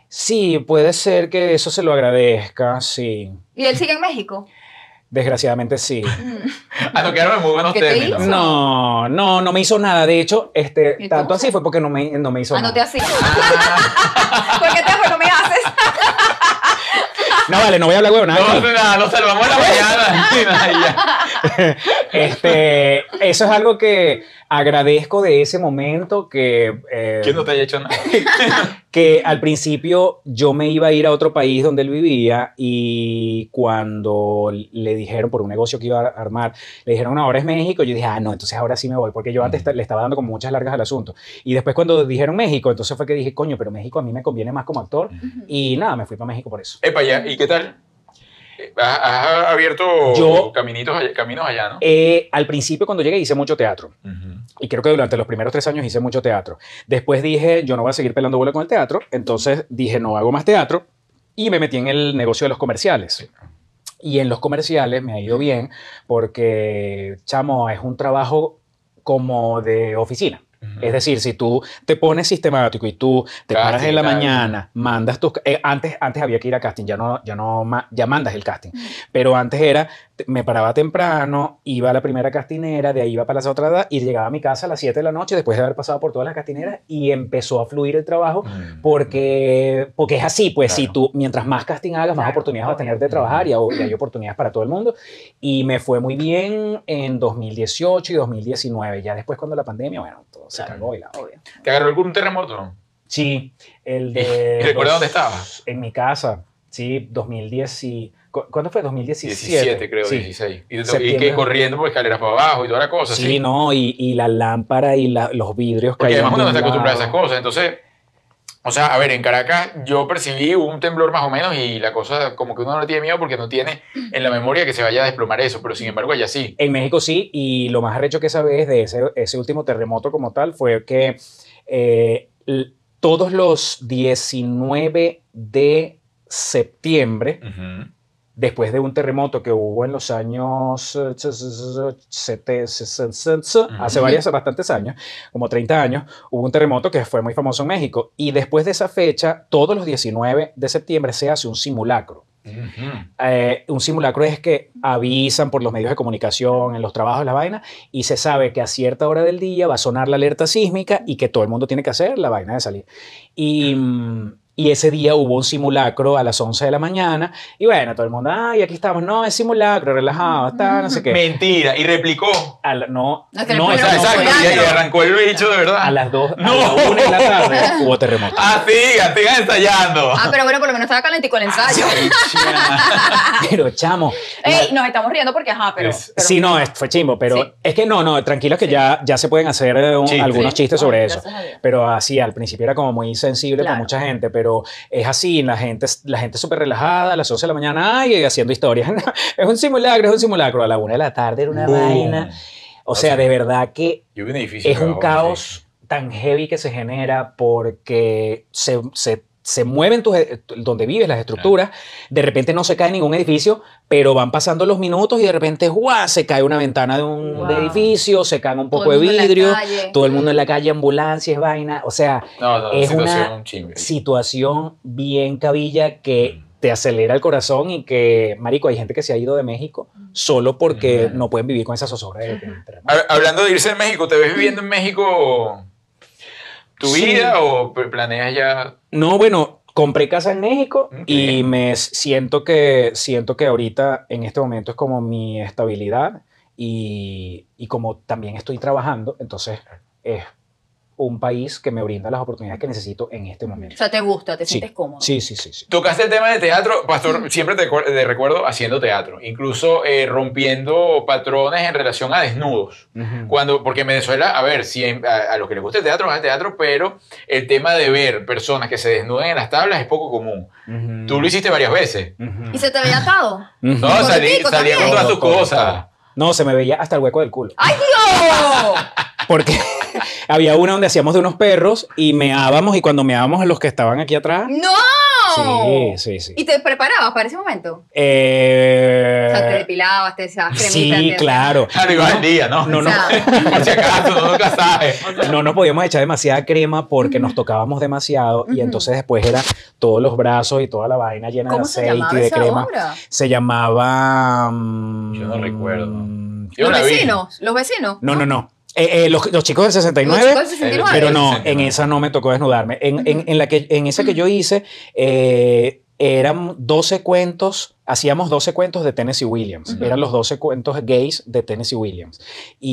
Sí, puede ser que eso se lo agradezca, sí. ¿Y él sigue en México? Desgraciadamente sí. Ah, no quedaron en muy buenos ¿Qué te términos. hizo? No, no, no me hizo nada. De hecho, este, tanto Entonces- así fue porque no me, no Ah. me hizo Ah, no te nada. así. Porque te no me haces. No, vale, no voy a hablar huevonada No, aquí. no, nada, nos salvamos la mañana. Y nada, y ya. Este, eso es algo que agradezco de ese momento que, eh, ¿Quién no te haya hecho nada? que al principio yo me iba a ir a otro país donde él vivía y cuando le dijeron por un negocio que iba a armar, le dijeron ahora es México, yo dije, ah, no, entonces ahora sí me voy, porque yo antes le estaba dando como muchas largas al asunto. Y después cuando dijeron México, entonces fue que dije, coño, pero México a mí me conviene más como actor y nada, me fui para México por eso. Epa, ya, ¿y qué tal? Eh, ¿Has, has abierto Yo- caminitos, allá- caminos allá, no? Eh, al principio cuando llegué hice mucho teatro. Y creo que durante los primeros tres años hice mucho teatro. Después dije, yo no voy a seguir pelando bola con el teatro. Entonces dije, no hago más teatro. Y me metí en el negocio de los comerciales. Y en los comerciales me ha ido bien porque, chamo, es un trabajo como de oficina. Ujú. Es decir, si tú te pones sistemático y tú Casting te paras y en la tal. mañana, mandas tus... eh, antes, antes había que ir a casting, ya no, ya no, ma- ya mandas el casting. Pero antes era, te- me paraba temprano, iba a la primera castinera, de ahí iba para las otras y llegaba a mi casa a las 7 de la noche después de haber pasado por todas las castineras y empezó a fluir el trabajo Mm. porque, porque es así, pues si Claro. tú, mientras más casting hagas, más Claro, oportunidades vas a tener de trabajar y, y hay oportunidades para todo el mundo. Y me fue muy bien en 2018 y 2019, ya después cuando la pandemia, bueno, todo se acabó y la... Obvio. ¿Te agarró algún terremoto? Sí, el ¿Y de... recuerdas dónde los- estabas? En mi casa, sí, 2010 y... ¿cu- ¿Cuándo fue? 2017. 17, creo, sí. 16. Y, te- y Septiembre. que corriendo por escaleras para abajo y toda la cosa. Sí, Sí, no, y, y la lámpara y la- los vidrios Porque caían además de uno no un está acostumbrado a lado. esas cosas. Entonces, o sea, a ver, en Caracas yo percibí un temblor más o menos y la cosa como que uno no le tiene miedo porque no tiene en la memoria que se vaya a desplomar eso. Pero sin embargo, allá sí. En México sí, y lo más arrecho que esa vez de ese, ese último terremoto como tal fue que eh, l- todos los 19 de septiembre, después de un terremoto que hubo en los años eh, ch- ch- ch- sete- se- se- se- se- hace varios, bastantes años, como 30 años, hubo un terremoto que fue muy famoso en México, y después de esa fecha, todos los 19 de septiembre se hace un simulacro. Ujú. Eh, un simulacro es que avisan por los medios de comunicación, en los trabajos, la vaina, y se sabe que a cierta hora del día va a sonar la alerta sísmica y que todo el mundo tiene que hacer la vaina de salir. Y, mm, y ese día hubo un simulacro a las 11 de la mañana, y bueno, todo el mundo, ay, aquí estamos, no, es simulacro, relajado, está, no sé qué. Mentira. Y replicó. A la- no, No, que el no, pueblo O sea, esa exacto. no fue. fue Y, y algo. arrancó el bicho de verdad. a las 2, No. a la 1 de la tarde hubo terremoto. Ah, sigan, sigan ensayando. Ah, pero bueno, por lo menos estaba calentico el ensayo. Ah. Pero chamo, la- Ey, nos estamos riendo porque ajá, pero. Es- pero- sí, no, es- fue chimbo, pero Sí. es que no, no, tranquilos que ya, ya se pueden hacer eh, un- Chistes. algunos Sí. chistes sobre Ay, eso. gracias a Dios. Pero así, al principio era como muy sensible para Claro. mucha gente, pero es así, la gente la gente súper relajada, a las 11 de la mañana, ay, haciendo historias. es un simulacro, es un simulacro. A la 1 de la tarde era una Boom. vaina. O O sea, sea, de verdad que Yo vi un edificio. es un abajo, caos tan heavy que se genera porque se, se- se mueven tus, eh, donde vives las estructuras, de repente no se cae ningún edificio, pero van pasando los minutos y de repente ¡guau! se cae una ventana de un Wow. de edificio, se cae un Todo poco de el mundo en la vidrio, calle. todo el mundo en la calle, ambulancias, vaina, o sea, sí. No, no, es situación una chimbe. situación bien cabilla que te acelera el corazón y que, marico, hay gente que se ha ido de México Mm. solo porque Ujú. no pueden vivir con esa zozobra de- del terremoto. Hab- Hablando de irse a México, ¿te ves viviendo en México tu Sí. vida o pl- planeas ya? No, bueno, compré casa en México Ok. y me s- siento que siento que ahorita en este momento es como mi estabilidad y, y como también estoy trabajando, entonces es un país que me brinda las oportunidades que necesito en este O momento. sea, te gusta, te Sí. sientes cómodo. Sí, sí, sí, sí. Tocaste el tema de teatro, Pastor, siempre te, recuer- te recuerdo haciendo teatro, incluso eh, rompiendo patrones en relación a desnudos. Cuando, porque en Venezuela, a ver, si en- a, a los que les gusta el teatro van al teatro, pero el tema de ver personas que se desnuden en las tablas es poco común. Ujú. Tú lo hiciste varias veces. Ujú. ¿Y se te veía atado? Ujú. No, Cortico salí- salía con también. todas tus Todo, todo, cosas. todo. No, se me veía hasta el hueco del culo. ¡Ay, Dios! Porque había una donde hacíamos de unos perros y meábamos y cuando meábamos a los que estaban aquí atrás, ¡No! Sí, sí, sí. ¿Y te preparabas para ese momento? Eh, O sea, te depilabas, te hacías cremita. sí, te- claro. Claro, iba al día, ¿no? No, O no. sea, Por si acaso, no nunca sabes. No nos podíamos echar demasiada crema porque nos tocábamos demasiado y Ujú. entonces después era todos los brazos y toda la vaina llena de ¿Cómo se aceite y llamaba de esa crema. obra? Se llamaba... mm, Yo no recuerdo. Yo Los la vi. vecinos, los vecinos. No, no, no. Eh, eh, los, los chicos del 69, Los chicos del 69. pero no, en 69. esa no me tocó desnudarme. En, en- en la que, en esa que yo hice, eh, eran 12 cuentos, hacíamos 12 cuentos de Tennessee Williams. Ujú. Eran los 12 cuentos gays de Tennessee Williams.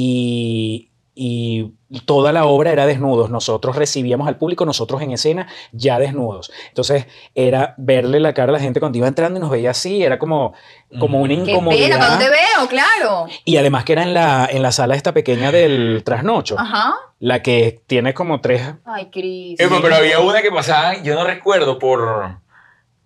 Y, y toda la obra era desnudos. Nosotros recibíamos al público, nosotros en escena, ya desnudos. Entonces era verle la cara a la gente cuando iba entrando y nos veía así, era como, como una Ujú. Qué pena, incomodidad. ¿para dónde veo? Claro. Y además que era en la, en la sala esta pequeña del trasnocho, Ajá. la que tiene como tres... Ay, Cris. Eh, pero había una que pasaba, yo no recuerdo, por...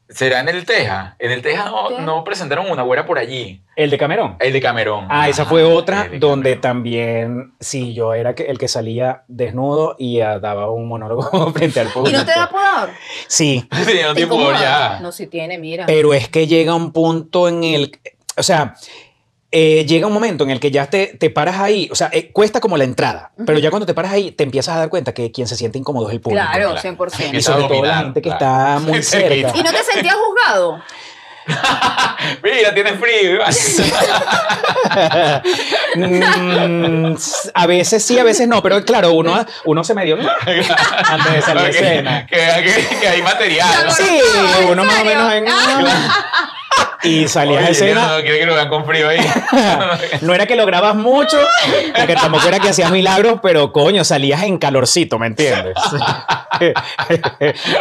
¿Será en el Teja? En el Teja no, ¿Qué? no presentaron una, o era por allí. El de Camerón. El de Camerón. Ah, esa fue otra El de donde Camerón. también, sí, yo era que- el que salía desnudo y ah, daba un monólogo frente al público. ¿Y no te da pudor? Sí, Tenía un ¿Te tiempo incomoda? ya. No, si tiene, mira. pero es que llega un punto en el... O sea, eh, llega un momento en el que ya te, te paras ahí, o sea, eh, cuesta como la entrada, pero ya cuando te paras ahí te empiezas a dar cuenta que quien se siente incómodo es el público. claro, claro. 100%. Y Empieza a sobre todo la dominar, gente que claro. está muy Sí, sí. cerca. ¿Y no te sentías juzgado? Mira, tiene frío. Mm, s- a veces sí, a veces no, pero claro, uno, uno se medio antes de salir a Ok, escena. que, que- que hay material. Claro. Sí, ¿En uno más o serio? Ah. menos en- y salías a Oye, escena. No quiere que lo vean con frío ahí. No era que lograbas mucho, porque tampoco era que hacías milagros, pero coño, salías en calorcito, ¿me entiendes?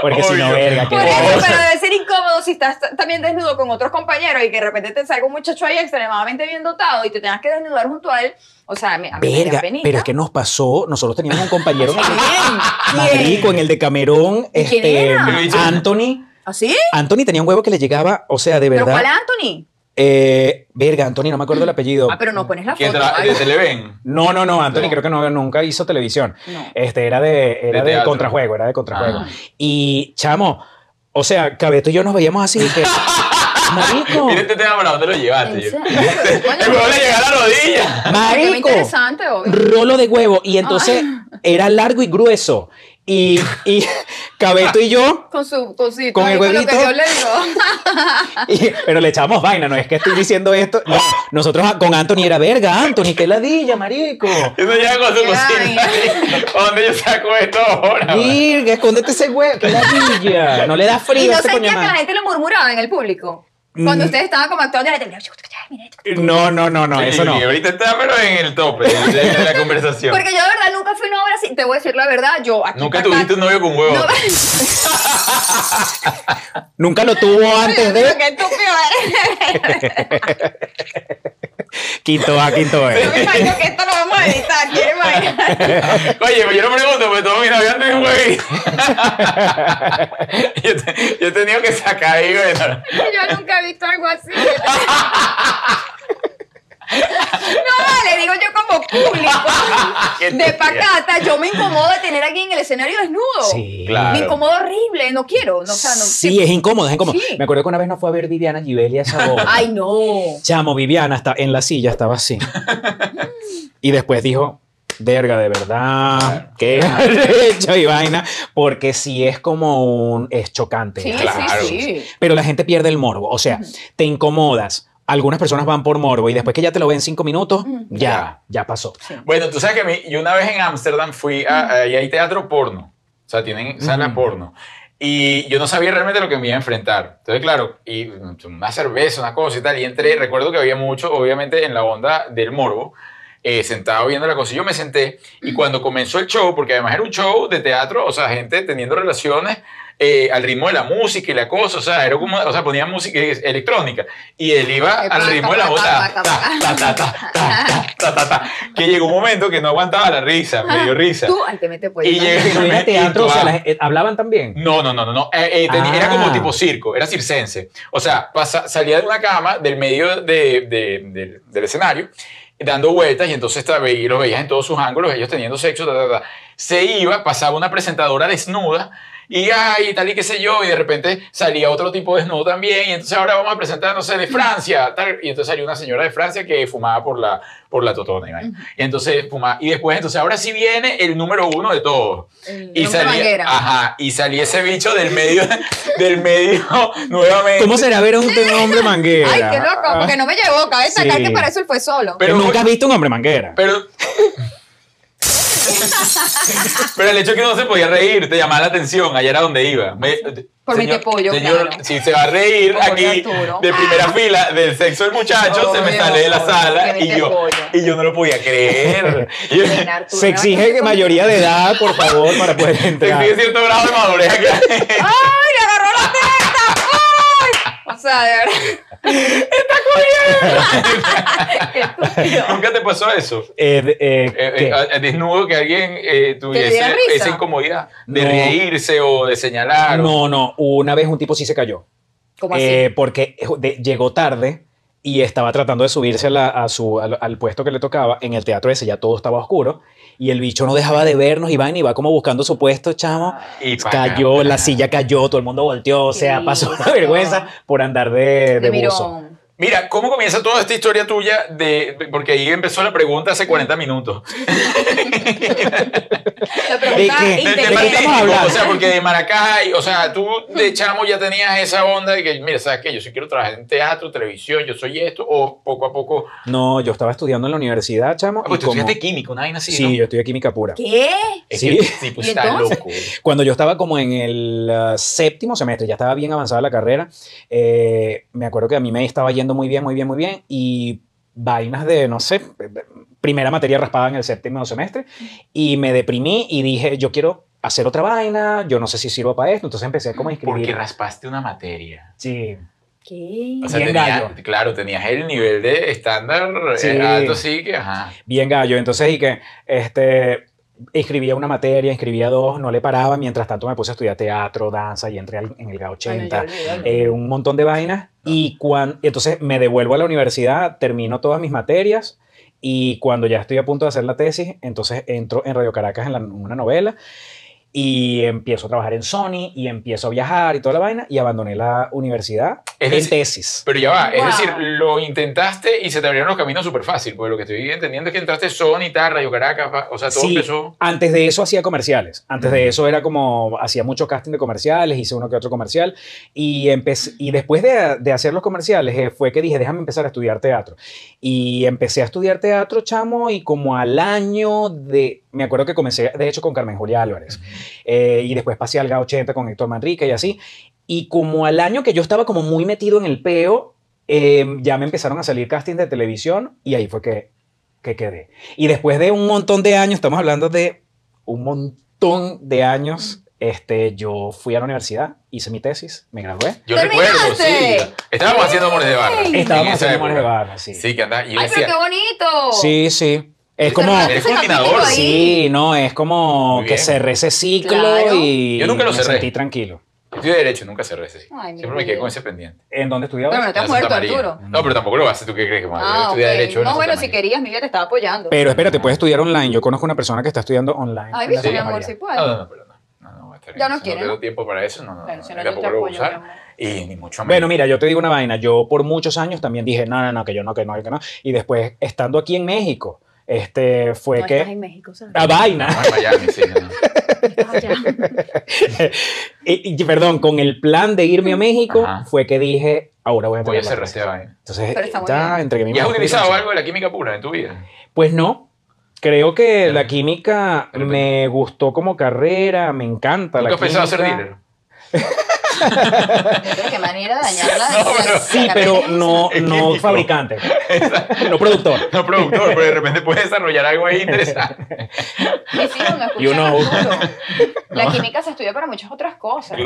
Porque si no, Obvio. verga, qué Por eso, bobo. pero debe ser incómodo si estás t- también desnudo con otros compañeros y que de repente te salga un muchacho ahí extremadamente bien dotado y te tengas que desnudar junto a él. O sea, a mí, a mí me da Verga, penita. pero es que nos pasó, nosotros teníamos un compañero en el- ¿Quién? marico, en el de Camerón, ¿Y quién este, era? Anthony. ¿Así? Anthony tenía un huevo que le llegaba, o sea, de ¿Ah, ¿Pero verdad. cuál es Anthony? Eh, verga, Anthony, no me acuerdo el apellido. Ah, pero no pones la Que foto. tra- ay. ¿Te le ven? No, no, no, Anthony No. creo que no, nunca hizo televisión. No. Este era de era De de, teatro. contrajuego, era de contrajuego. Ah. Y chamo, o sea, Cabeto y yo nos veíamos así que marico, Mira este tema para dónde lo llevaste. ¿En Yo- serio? El huevo le llega a la rodilla. Ay, qué marico, interesante, Ah. obvio. rolo de huevo y entonces era largo y grueso y y Cabeto y yo Con su cosita. Con el ahí, lo que huevito. yo le digo. y- pero le echábamos vaina, no es que estoy diciendo esto. No, nosotros a- con Anthony era verga, Anthony, qué ladilla, marico. Eso llega con su Ay. cocina. ahí. ¿Dónde yo saco esto ahora? man? Virga, escóndete ese huevo, qué ladilla. No le da frío Y a no ese este coño sentía que madre. la gente lo murmuraba en el público. Cuando Mm. ustedes estaban como actuando, la gente, mira, chico, chico, mira, chico. No, no, no, no, Sí, eso no. y ahorita está, pero en el tope de, de- de la conversación. Porque yo de verdad nunca fui una obra así. Te voy a decir la verdad, yo aquí Nunca para acá- tuviste un novio con huevo. No, Nunca lo tuvo antes Pero de qué estúpido eres. quinto A, quinto Yo B. me imagino que esto lo vamos a editar. ¿Quién imagina? Oye, pero yo no pregunto, porque todos mis novios andan en huevito. yo, te- yo he tenido que sacar ahí, bueno. Yo nunca he visto algo así. No vale, digo yo como Qué público de estúpida. pacata, yo me incomodo de tener a alguien en el escenario desnudo. Sí. Claro. Me incomodo horrible, no quiero. No, o sea, no, Sí, es incómodo, es incómodo. Sí. Me acuerdo que una vez no fue a ver Viviana Givelli a esa boda. Ay, no. Chamo, Viviana está en la silla, estaba así. Y después dijo, verga, de verdad, qué hecho y vaina, porque sí es como un, es chocante. Sí, Claro. sí, sí. Pero la gente pierde el morbo, o sea, te incomodas. Algunas personas van por morbo y después que ya te lo ven cinco minutos, ya, ya pasó. Bueno, tú sabes que a mí- yo una vez en Ámsterdam fui a, ahí hay teatro porno. O sea, tienen sala Ujú. porno. Y yo no sabía realmente lo que me iba a enfrentar. Entonces, claro, y mm, una cerveza, una cosa y tal. Y entré, recuerdo que había mucho, obviamente, en la onda del morbo. eh, sentado viendo la cosa, Y yo me senté y cuando comenzó el show, porque además era un show de teatro, o sea, gente teniendo relaciones eh, al ritmo de la música y la cosa, o sea, era como, o sea, ponía música eh, electrónica y él iba Epa, al ritmo de la pa, bota, pa, pa, pa, ta, ta, ta, ta, ta, ta, ta, ta. que llegó un momento que no aguantaba la risa, me dio risa. Tú, ay, te pues, mete por Y llega- Pero era teatro, o sea, Ah. la gente- hablaban también. No, no, no, no, no. eh, eh, tenía- Ah. era como tipo circo, era circense. O sea, pasa- salía de una cama del medio de- de- del- del escenario, dando vueltas y entonces te ve- lo veías en todos sus ángulos, ellos teniendo sexo, ta, ta, ta. se iba, pasaba una presentadora desnuda y ay, y tal y qué sé yo, y de repente salía otro tipo desnudo también, y entonces ahora vamos a presentar, no sé, de Francia, tal, y entonces salió una señora de Francia que fumaba por la, por la totona, y vaina. y entonces fumaba, y después, entonces ahora sí viene el número uno de todos, y hombre salía, manguera. ajá, y salía ese bicho del medio, del medio nuevamente. ¿Cómo será ver a un hombre manguera? Ay, qué loco, porque no me llevó. Cabe sacar Sí. que para eso él fue solo. Pero- Pero nunca has visto un hombre manguera. Pero. Pero el hecho de que no se podía reír te llamaba la atención. Allá era donde iba. Me- Por mi pollo, Señor, claro. si se va a reír Por aquí Arturo. de primera fila del sexo del muchacho, se me Obvio, sale de la obvio, sala que y vete yo, pollo. y yo no lo podía creer. Y yo- Ven, Arturo, Se ¿no? exige que mayoría de edad, por favor, para poder entrar. Tenía cierto grado de madurez acá. ¡Ay, le agarró la teta! ¡Ay! O sea, de verdad. ¡Está comiendo! Nunca te pasó eso. Eh, de- eh, Eh, ¿qué? eh, a- desnudo que alguien eh, tuviese diera risa? esa incomodidad de No. reírse o de señalar. o- No, no, una vez un tipo sí se cayó. ¿Cómo así? Eh, porque de- llegó tarde y estaba tratando de subirse a la- a su, al, al puesto que le tocaba en el teatro ese, ya todo estaba oscuro, y el bicho no dejaba de vernos, Iván, y va como buscando su puesto, chamo. Y pa' Cayó, acá. la silla cayó, todo el mundo volteó, o sea, Sí, pasó una pasó. vergüenza por andar de, de buzo. mirón. Mira, ¿cómo comienza toda esta historia tuya? De, porque ahí empezó la pregunta hace 40 minutos. La pregunta De, ¿De qué? de qué inteligente. Martín, estamos hablando? o sea, porque de Maracay, o sea, tú de chamo ya tenías esa onda de que, mira, ¿sabes qué? Yo sí quiero trabajar en teatro, televisión, yo soy esto, o poco a poco. No, yo estaba estudiando en la universidad, chamo. Ah, pues y tú como- estudiaste químico, una vaina así, sí, ¿no? yo estudié química pura. ¿Qué? Es Sí. que el tipo ¿Y está entonces? loco. Cuando yo estaba como en el ah, séptimo semestre, ya estaba bien avanzada la carrera, eh, me acuerdo que a mí me estaba yendo muy bien, muy bien, muy bien, y vainas de, no sé, primera materia raspada en el séptimo semestre, y me deprimí y dije, yo quiero hacer otra vaina, yo no sé si sirvo para esto, entonces empecé como a Porque escribir. raspaste una materia. Sí, ¿Qué? O sea, Bien tenías- gallo. claro, tenías el nivel de estándar Sí. eh, alto, sí, que ajá. bien gallo, entonces y que, este... Escribía una materia, escribía dos, no le paraba. Mientras tanto me puse a estudiar teatro, danza y entré al- en el GA80. eh, un montón de vainas y cuan- y entonces me devuelvo a la universidad, termino todas mis materias y cuando ya estoy a punto de hacer la tesis, entonces entro en Radio Caracas en la- una novela y empiezo a trabajar en Sony y empiezo a viajar y toda la vaina y abandoné la universidad Es en decir- tesis. Pero ya va, es Wow. decir, lo intentaste y se te abrieron los caminos súper fácil, porque lo que estoy entendiendo es que entraste Sony, Tarra, Radio Caracas, va- o sea, todo Sí. empezó. Antes de eso hacía comerciales. Antes Ujú. de eso era como hacía mucho casting de comerciales, hice uno que otro comercial y empecé y después de, de hacer los comerciales eh, fue que dije, déjame empezar a estudiar teatro. Y empecé a estudiar teatro, chamo, y como al año de me acuerdo que comencé de hecho con Carmen Julia Álvarez. Eh, y después pasé al GA80 con Héctor Manrique y así. Y como al año que yo estaba como muy metido en el peo, eh, ya me empezaron a salir castings de televisión y ahí fue que, que quedé. Y después de un montón de años, estamos hablando de un montón de años, este, yo fui a la universidad, hice mi tesis, me gradué. Yo ¡Terminaste! recuerdo, sí. Estábamos haciendo amores de barra. ¡Ey! En Estábamos esa haciendo amores de época. barra, sí. Sí, que andaba. Y yo ¡Ay, pero decía, qué bonito! Sí, sí. Es como... Cerraste Eres ese culminador. capítulo ahí. Sí, no, es como Muy que bien. cerré ese ciclo Claro. y Yo nunca lo me cerré. sentí tranquilo. estudio Derecho, nunca cerré ese. Ay, mi Siempre me quedé vida. con ese pendiente. ¿En dónde estudiabas? Pero no te has En Santa muerto, María. Arturo. Ah, No, pero tampoco lo haces. ¿Tú qué crees que madre? Yo estudié ok. Derecho. en No, Santa bueno, si María. querías, mi vida te estaba apoyando. Pero espérate, puedes estudiar online. Yo conozco una persona que está estudiando online. Ay, en viste, Santa mi amor, María. si No, puedes. no, no, pero no. No, no, va a estar Ya bien. no Si quiere, tengo ¿no? tiempo para eso. No, no, Claro, no. si no, yo tampoco te lo voy a apoyo, mi usar. amor. Y ni mucho menos. Bueno, mira, yo te digo una vaina. Yo por muchos años también dije, no, no, no, que yo no, que no, que no. Y después, estando aquí en México, este, fue No estás que... en México, ¿sabes? La vaina. No, Ah, en Miami, sí, no. Estás allá. Y- y, perdón, con el plan de irme a México, Ajá. fue que dije, ahora voy a Voy a tener cerrar la clase. esta vaina. Entonces, Pero está muy ya bien. entregué mi ¿eh? ¿Y has maestría. utilizado algo de la química pura en tu vida? Pues no. Creo que la química De repente. me gustó como carrera, me encanta ¿Nunca la has pensado hacer química. dinero? Pero qué manera de dañarla. No, pero- Sí, pero no, Es no químico. fabricante, no productor. No productor, pero de repente puedes desarrollar algo ahí interesante. Mis hijos no escuchan You know. Arturo. La No. química se estudia para muchas otras cosas.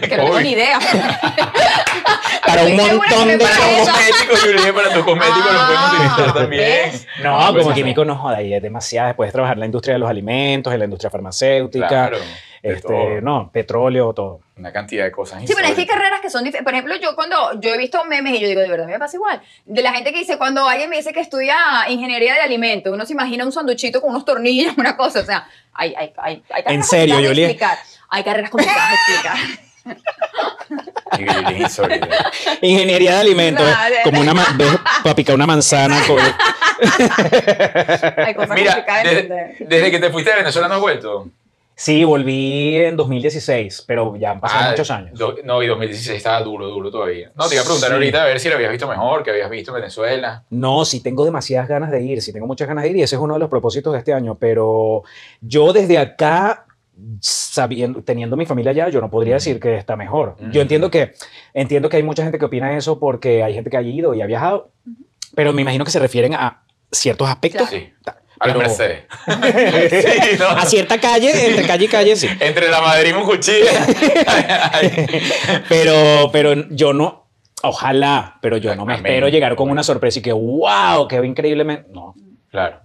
Que no tengo ni Uy, idea. Para un Estoy segura montón que de me Para parece- cosas. cosméticos, yo diría para tus cosméticos lo podemos Ah, utilizar también. ¿ves? No, Ah, pues, como químico no joda, y es demasiado. Después de trabajar en la industria de los alimentos, en la industria farmacéutica, Claro, de todo. este, no, petróleo, todo. Una cantidad de cosas. Sí, pero es que hay insólitas. carreras que son diferentes. Por ejemplo, yo cuando yo he visto memes y yo digo, de verdad me pasa igual. De la gente que dice, cuando alguien me dice que estudia ingeniería de alimentos, uno se imagina un sanduchito con unos tornillos, una cosa. O sea, hay, hay, hay, hay carreras serio, complicadas de Yoli? explicar. Hay carreras complicadas de explicar. Ingeniería de alimentos. eh, Vale. Como una ma- ves, para picar una manzana. co- Hay cosas Mira, complicadas de desde, entender. desde que te fuiste a Venezuela no has vuelto. Sí, volví en 2016, pero ya han pasado Ah, muchos años. do- no, y 2016 estaba duro, duro todavía. No, te iba a preguntar Sí. ahorita a ver si lo habías visto mejor, que habías visto en Venezuela. No, sí tengo demasiadas ganas de ir, sí tengo muchas ganas de ir y ese es uno de los propósitos de este año, pero yo desde acá, sabiendo, teniendo mi familia allá, yo no podría decir que está mejor. Ujú. Yo entiendo que, entiendo que hay mucha gente que opina eso porque hay gente que ha ido y ha viajado, pero me imagino que se refieren a ciertos aspectos, Sí. A la Pero- Mercedes. Sí, no. a cierta calle, entre calle y calle, sí. Entre la Madrid y un cuchillo. Pero, pero yo no, ojalá, pero yo no me Amén. espero llegar con una sorpresa y que, wow, qué increíblemente, no. Claro.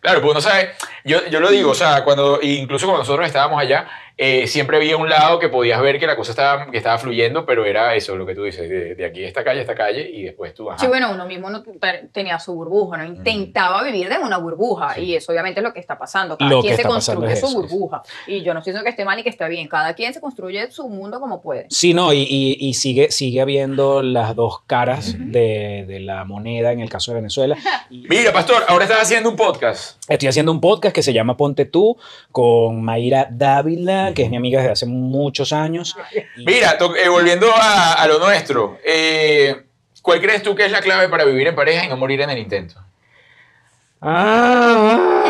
Claro, pues uno sabe, yo, yo lo digo, o sea, cuando, incluso cuando nosotros estábamos allá, eh, siempre había un lado que podías ver que la cosa estaba, que estaba fluyendo, pero era eso, lo que tú dices, de, de aquí a esta calle, a esta calle, y después tú, ajá. Sí, bueno, uno mismo no te- tenía su burbuja, no intentaba vivir de una burbuja y eso obviamente es lo que está pasando. Cada Lo que quien se está pasando construye es su eso, burbuja y yo no estoy diciendo que esté mal y que esté bien. Cada quien se construye su mundo como puede. Sí, no, y, y- y sigue, sigue habiendo las dos caras de, de la moneda en el caso de Venezuela. Y Mira, pastor, ahora estás haciendo un podcast. Estoy haciendo un podcast que se llama Ponte tú con Mayra Dávila, que es mi amiga desde hace muchos años. Y- Mira, to- eh, volviendo a, a lo nuestro, eh, ¿cuál crees tú que es la clave para vivir en pareja y no morir en el intento? Ah.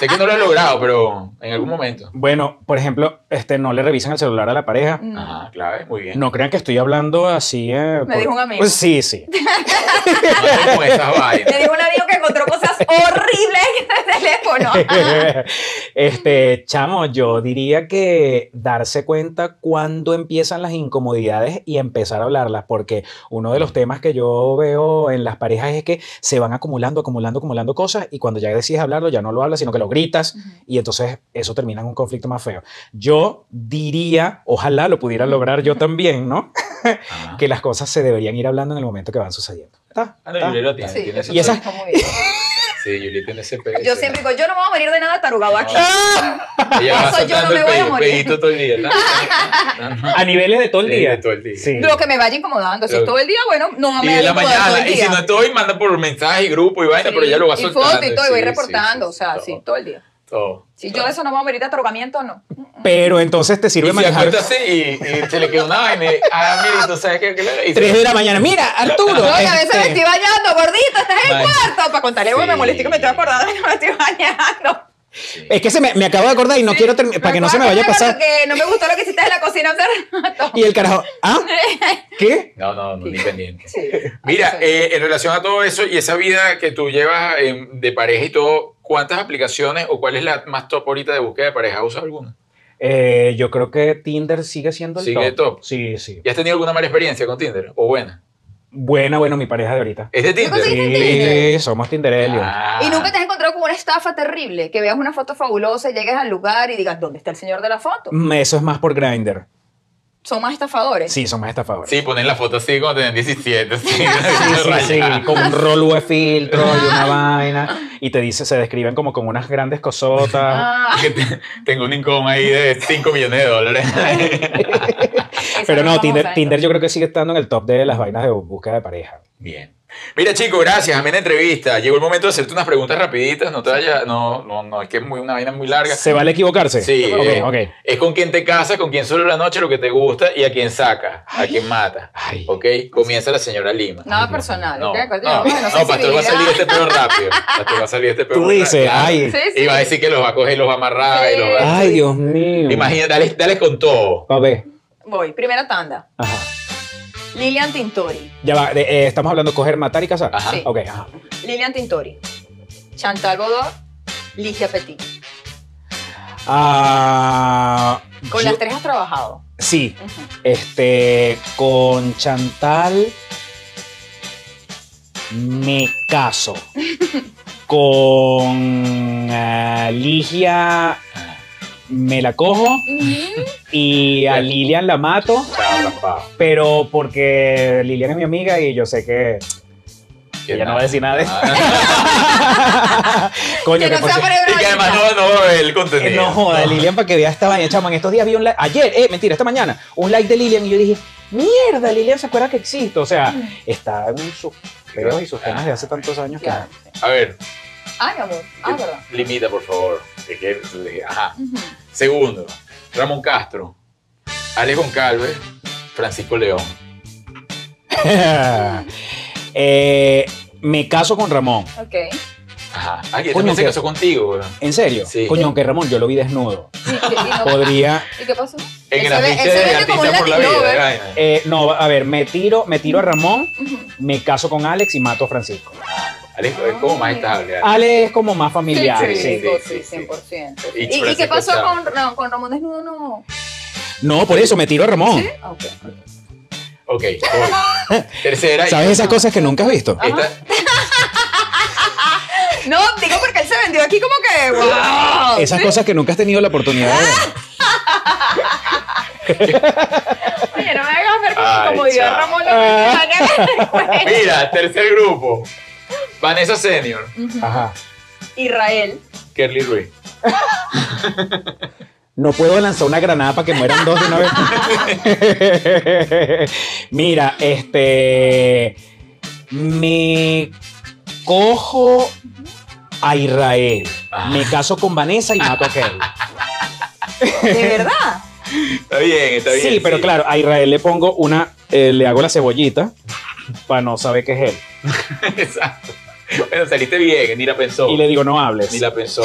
Sé que no lo has logrado, pero en algún momento. Bueno, por ejemplo, este, no le revisan el celular a la pareja. Mm. Ajá, clave, Ah, muy bien. No crean que estoy hablando así. eh, Me dijo un amigo. Sí, sí. No con esas Le vainas. digo un amigo que encontró cosas horribles en el teléfono. este, chamo, yo diría que darse cuenta cuando empiezan las incomodidades y empezar a hablarlas, porque uno de los temas que yo veo en las parejas es que se van acumulando, acumulando, acumulando cosas y cuando ya decides hablarlo ya no lo hablas, sino que lo gritas y entonces eso termina en un conflicto más feo. Yo diría, ojalá lo pudiera lograr yo también, ¿no? Ajá. Que las cosas se deberían ir hablando en el momento que van sucediendo. Ta, Ah, no, ta. Juliet lo tiene, Sí, tiene ese Y esa- está muy bien. Sí, Juliet tiene ese pedo. Yo siempre digo, yo no me voy a morir de nada tarugado aquí. Ella va Eso yo no soltando me el voy a pedi- morir. pedito todo el día. ¿no? No, no. A niveles de todo el Sí, día. de todo el día. Sí. Lo que me vaya incomodando. Si es todo el día, bueno, no Y me de la incomodar todo mañana, el y si día. no estoy, manda por mensaje y grupo y vaina, pero ella lo va Y soltando. foto y todo, y voy Sí, sí, reportando. sí, o sea, sí, todo el día. todo. Si yo de eso no me voy a morir de atarugamiento, no. Pero entonces te Y sirve se manejar. acuesta así y, y se le queda una vaina. y, Ah, mira, tú sabes qué. qué le- y se- 3 de la mañana. Mira, Arturo. No, y a veces este, me estoy bañando, gordito, estás en el Vale. cuarto. Para contarle, bueno, me Sí. molesté que me estoy acordando que me estoy bañando. Es que se me, me acabo de acordar y no quiero terminar. Para que no se me vaya a pasar. Porque no me gustó lo que hiciste en la cocina hace rato. Y el carajo. ¿Ah? ¿Qué? No, no, no, ni pendiente. Sí. Mira, eh, en relación a todo eso y esa vida que tú llevas em, de pareja y todo, ¿cuántas aplicaciones o cuál es la más top ahorita de búsqueda de pareja? ¿Usas alguna? Eh, yo creo que Tinder sigue siendo el Sigue top. top. Sí, sí. ¿Y has tenido alguna mala experiencia con Tinder? ¿O buena? Buena, bueno, mi pareja de ahorita. ¿Es de Tinder? conseguiste en Sí, Tinder? somos Tinderelios. Ah. Y nunca te has encontrado con una estafa terrible, que veas una foto fabulosa, llegues al lugar y digas, ¿dónde está el señor de la foto? Mm, Eso es más por Grindr. Son más estafadores. Sí, son más estafadores. Ah. Sí, ponen la foto así cuando tienen 17. Sí, Sí, sí, sí, con un rollo de filtro y una vaina. Y te dice, se describen como con unas grandes cosotas. Ah, Que te- tengo un income ahí de 5 millones de dólares. esa Pero no, es Tinder, famosa, ¿eh? Tinder yo creo que sigue estando en el top de las vainas de búsqueda de pareja. Bien. Mira, chicos, gracias. Amén entrevista. Llegó el momento de hacerte unas preguntas rapiditas. No te vaya, no, no, no, es que es muy, una vaina muy larga. ¿Se vale equivocarse? Sí, eh, Ok, ok. es con quien te casas, con quien solo la noche, lo que te gusta y a quien saca, a quien mata. Ay. ¿Ok? Comienza la señora Lima. Nada personal. No, ¿ok? no, Cuando digamos, no, bueno, Pastor va a salir este sensibilidad. peor rápido. Pastor va a salir este peor Tú dices, rápido. ay. Sí, sí. Y va a decir que los va a coger y los va a amarrar y los va a... Ay, Dios mío. Imagina, dale, dale con todo. A ver. Voy, primera tanda. Ajá. Lilian Tintori. Ya va, de- eh, estamos hablando de coger, matar y casar. Ajá. Sí. Ok, ajá. Lilian Tintori. Chantal Baudot. Ligia Petit. Ah, Con yo- las tres has trabajado. Sí, Ujú. este, con Chantal me caso. Con ah, Ligia me la cojo y a Lilian la mato, Chao, raspado. pero porque Lilian es mi amiga y yo sé que ella no va a decir nada de eso. Coño, que que no por sea cierto- por Y que además no, no va a ver el contenido. Eh, No joda, Lilian, para que veas esta vaina, chamo. En estos días vi un like, ayer, eh, mentira, esta mañana, un like de Lilian y yo dije, mierda, Lilian se acuerda que existo. O sea, está en sus peos y sus temas de hace tantos años que. Claro. A ver, Ay, mi amor. Ah, verdad. limita, por favor. Que- que- Ajá. Ujú. Segundo, Ramón Castro, Alex Goncalves, Francisco León. Eh, me caso con Ramón. Ok. Ajá. Ah, Ay, él Coño, también se que- casó contigo, weón. ¿En serio? Sí. Coño, aunque Ramón, yo lo vi desnudo. ¿Y qué, y no- Podría. ¿y qué pasó? En el Él se ve- ambiente él se de vende como un artista por la vida. Latin de lover. vaina. eh, no, a ver, me tiro, me tiro a Ramón, Ujú. me caso con Alex y mato a Francisco. Alex es Mm. como más estable. Ah. Alex. Alex es como más familiar, Sí, sí. sí. digo, sí, sí, sí. 100%. Y ¿Y, y Francisco qué pasó Chao. con, no, con Ramón Desnudo? No. No, por eso me tiro a Ramón. Ah, ok. Ok, voy. Tercera. y- ¿Sabes esas cosas que nunca has visto? Ah, Esta, No, digo porque él se vendió aquí como que. Ah. ¡Wow! Esas cosas que nunca has tenido la oportunidad de ver. Oye, no me hagas ver como, Ay, como yo chao. Ah. a Ramón lo que me mira, tercer grupo. Vanessa Senior, Ah. Ajá. Israel. Kerly Ruiz. No puedo lanzar una granada para que mueran dos de una vez. Mira, este. Me cojo a Israel. Me caso con Vanessa y mato a Kelly. ¿De verdad? Está bien, está bien. Sí, pero claro, a Israel le pongo una. eh, le hago la cebollita para no saber que es él. Exacto. Bueno, saliste bien, ni la pensó. Y le digo, no hables. Ni la pensó.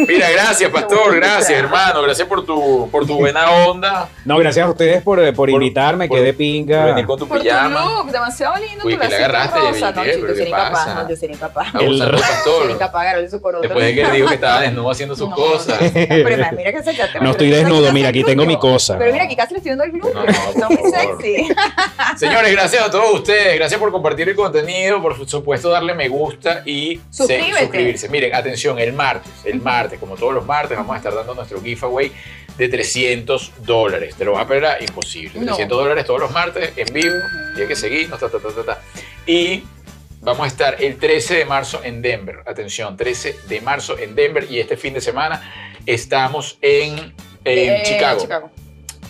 Mira, gracias, pastor. Gracias, hermano. Gracias por tu, por tu buena onda. No, gracias a ustedes por, eh, por, invitarme, por- quedé por pinga. venir con tu Por pijama. tu look, demasiado lindo. Uy, tu que la lacito agarraste, rosa. No, Miguel, pero chico, yo ¿qué sería incapaz. pasa? No, yo sería incapaz. Abusando El- del Sería pastor. incapaz de agarrar su coroto. Después de que él dijo que estaba desnudo haciendo sus No, cosas. no, Pero mira, mira que se echaste. No estoy desnudo, mira, aquí tengo mi cosa. Pero mira, aquí casi le estoy dando el glúteo. No, no, Está por muy favor. sexy. Señores, gracias a todos ustedes. Gracias por compartir el contenido, por supuesto darle me gusta y se- Suscríbete. suscribirse. Miren, atención, el martes, el martes, como todos los martes, vamos a estar dando nuestro giveaway de 300 dólares. Te lo vas a perder, imposible. No. 300 dólares todos los martes en vivo. Y hay que seguirnos, ta, ta, ta, ta, ta. Y vamos a estar el 13 de marzo en Denver. Atención, 13 de marzo en Denver. Y este fin de semana estamos en, en Eh, Chicago.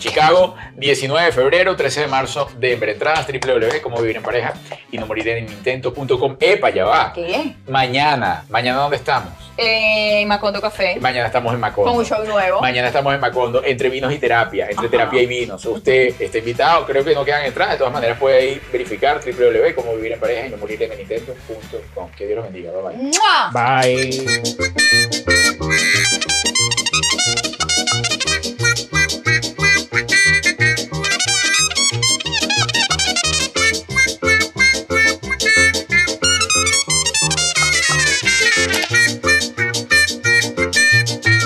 Chicago, 19 de febrero, 13 de marzo, Denver. Entradas www, como vivir en pareja y no morir en el intento.com. Epa, ya va. Qué bien. Mañana, mañana ¿dónde estamos? Eh, Macondo Café. Mañana estamos en Con un Macondo. show nuevo. Mañana estamos en Macondo, entre vinos y terapia, entre Ajá. terapia y vinos. Usted está invitado, creo que no quedan entradas, de todas maneras puede ir verificar www, como vivir en pareja y no morir en el intento.com. Que Dios los bendiga, bye bye. ¡Mua! Bye.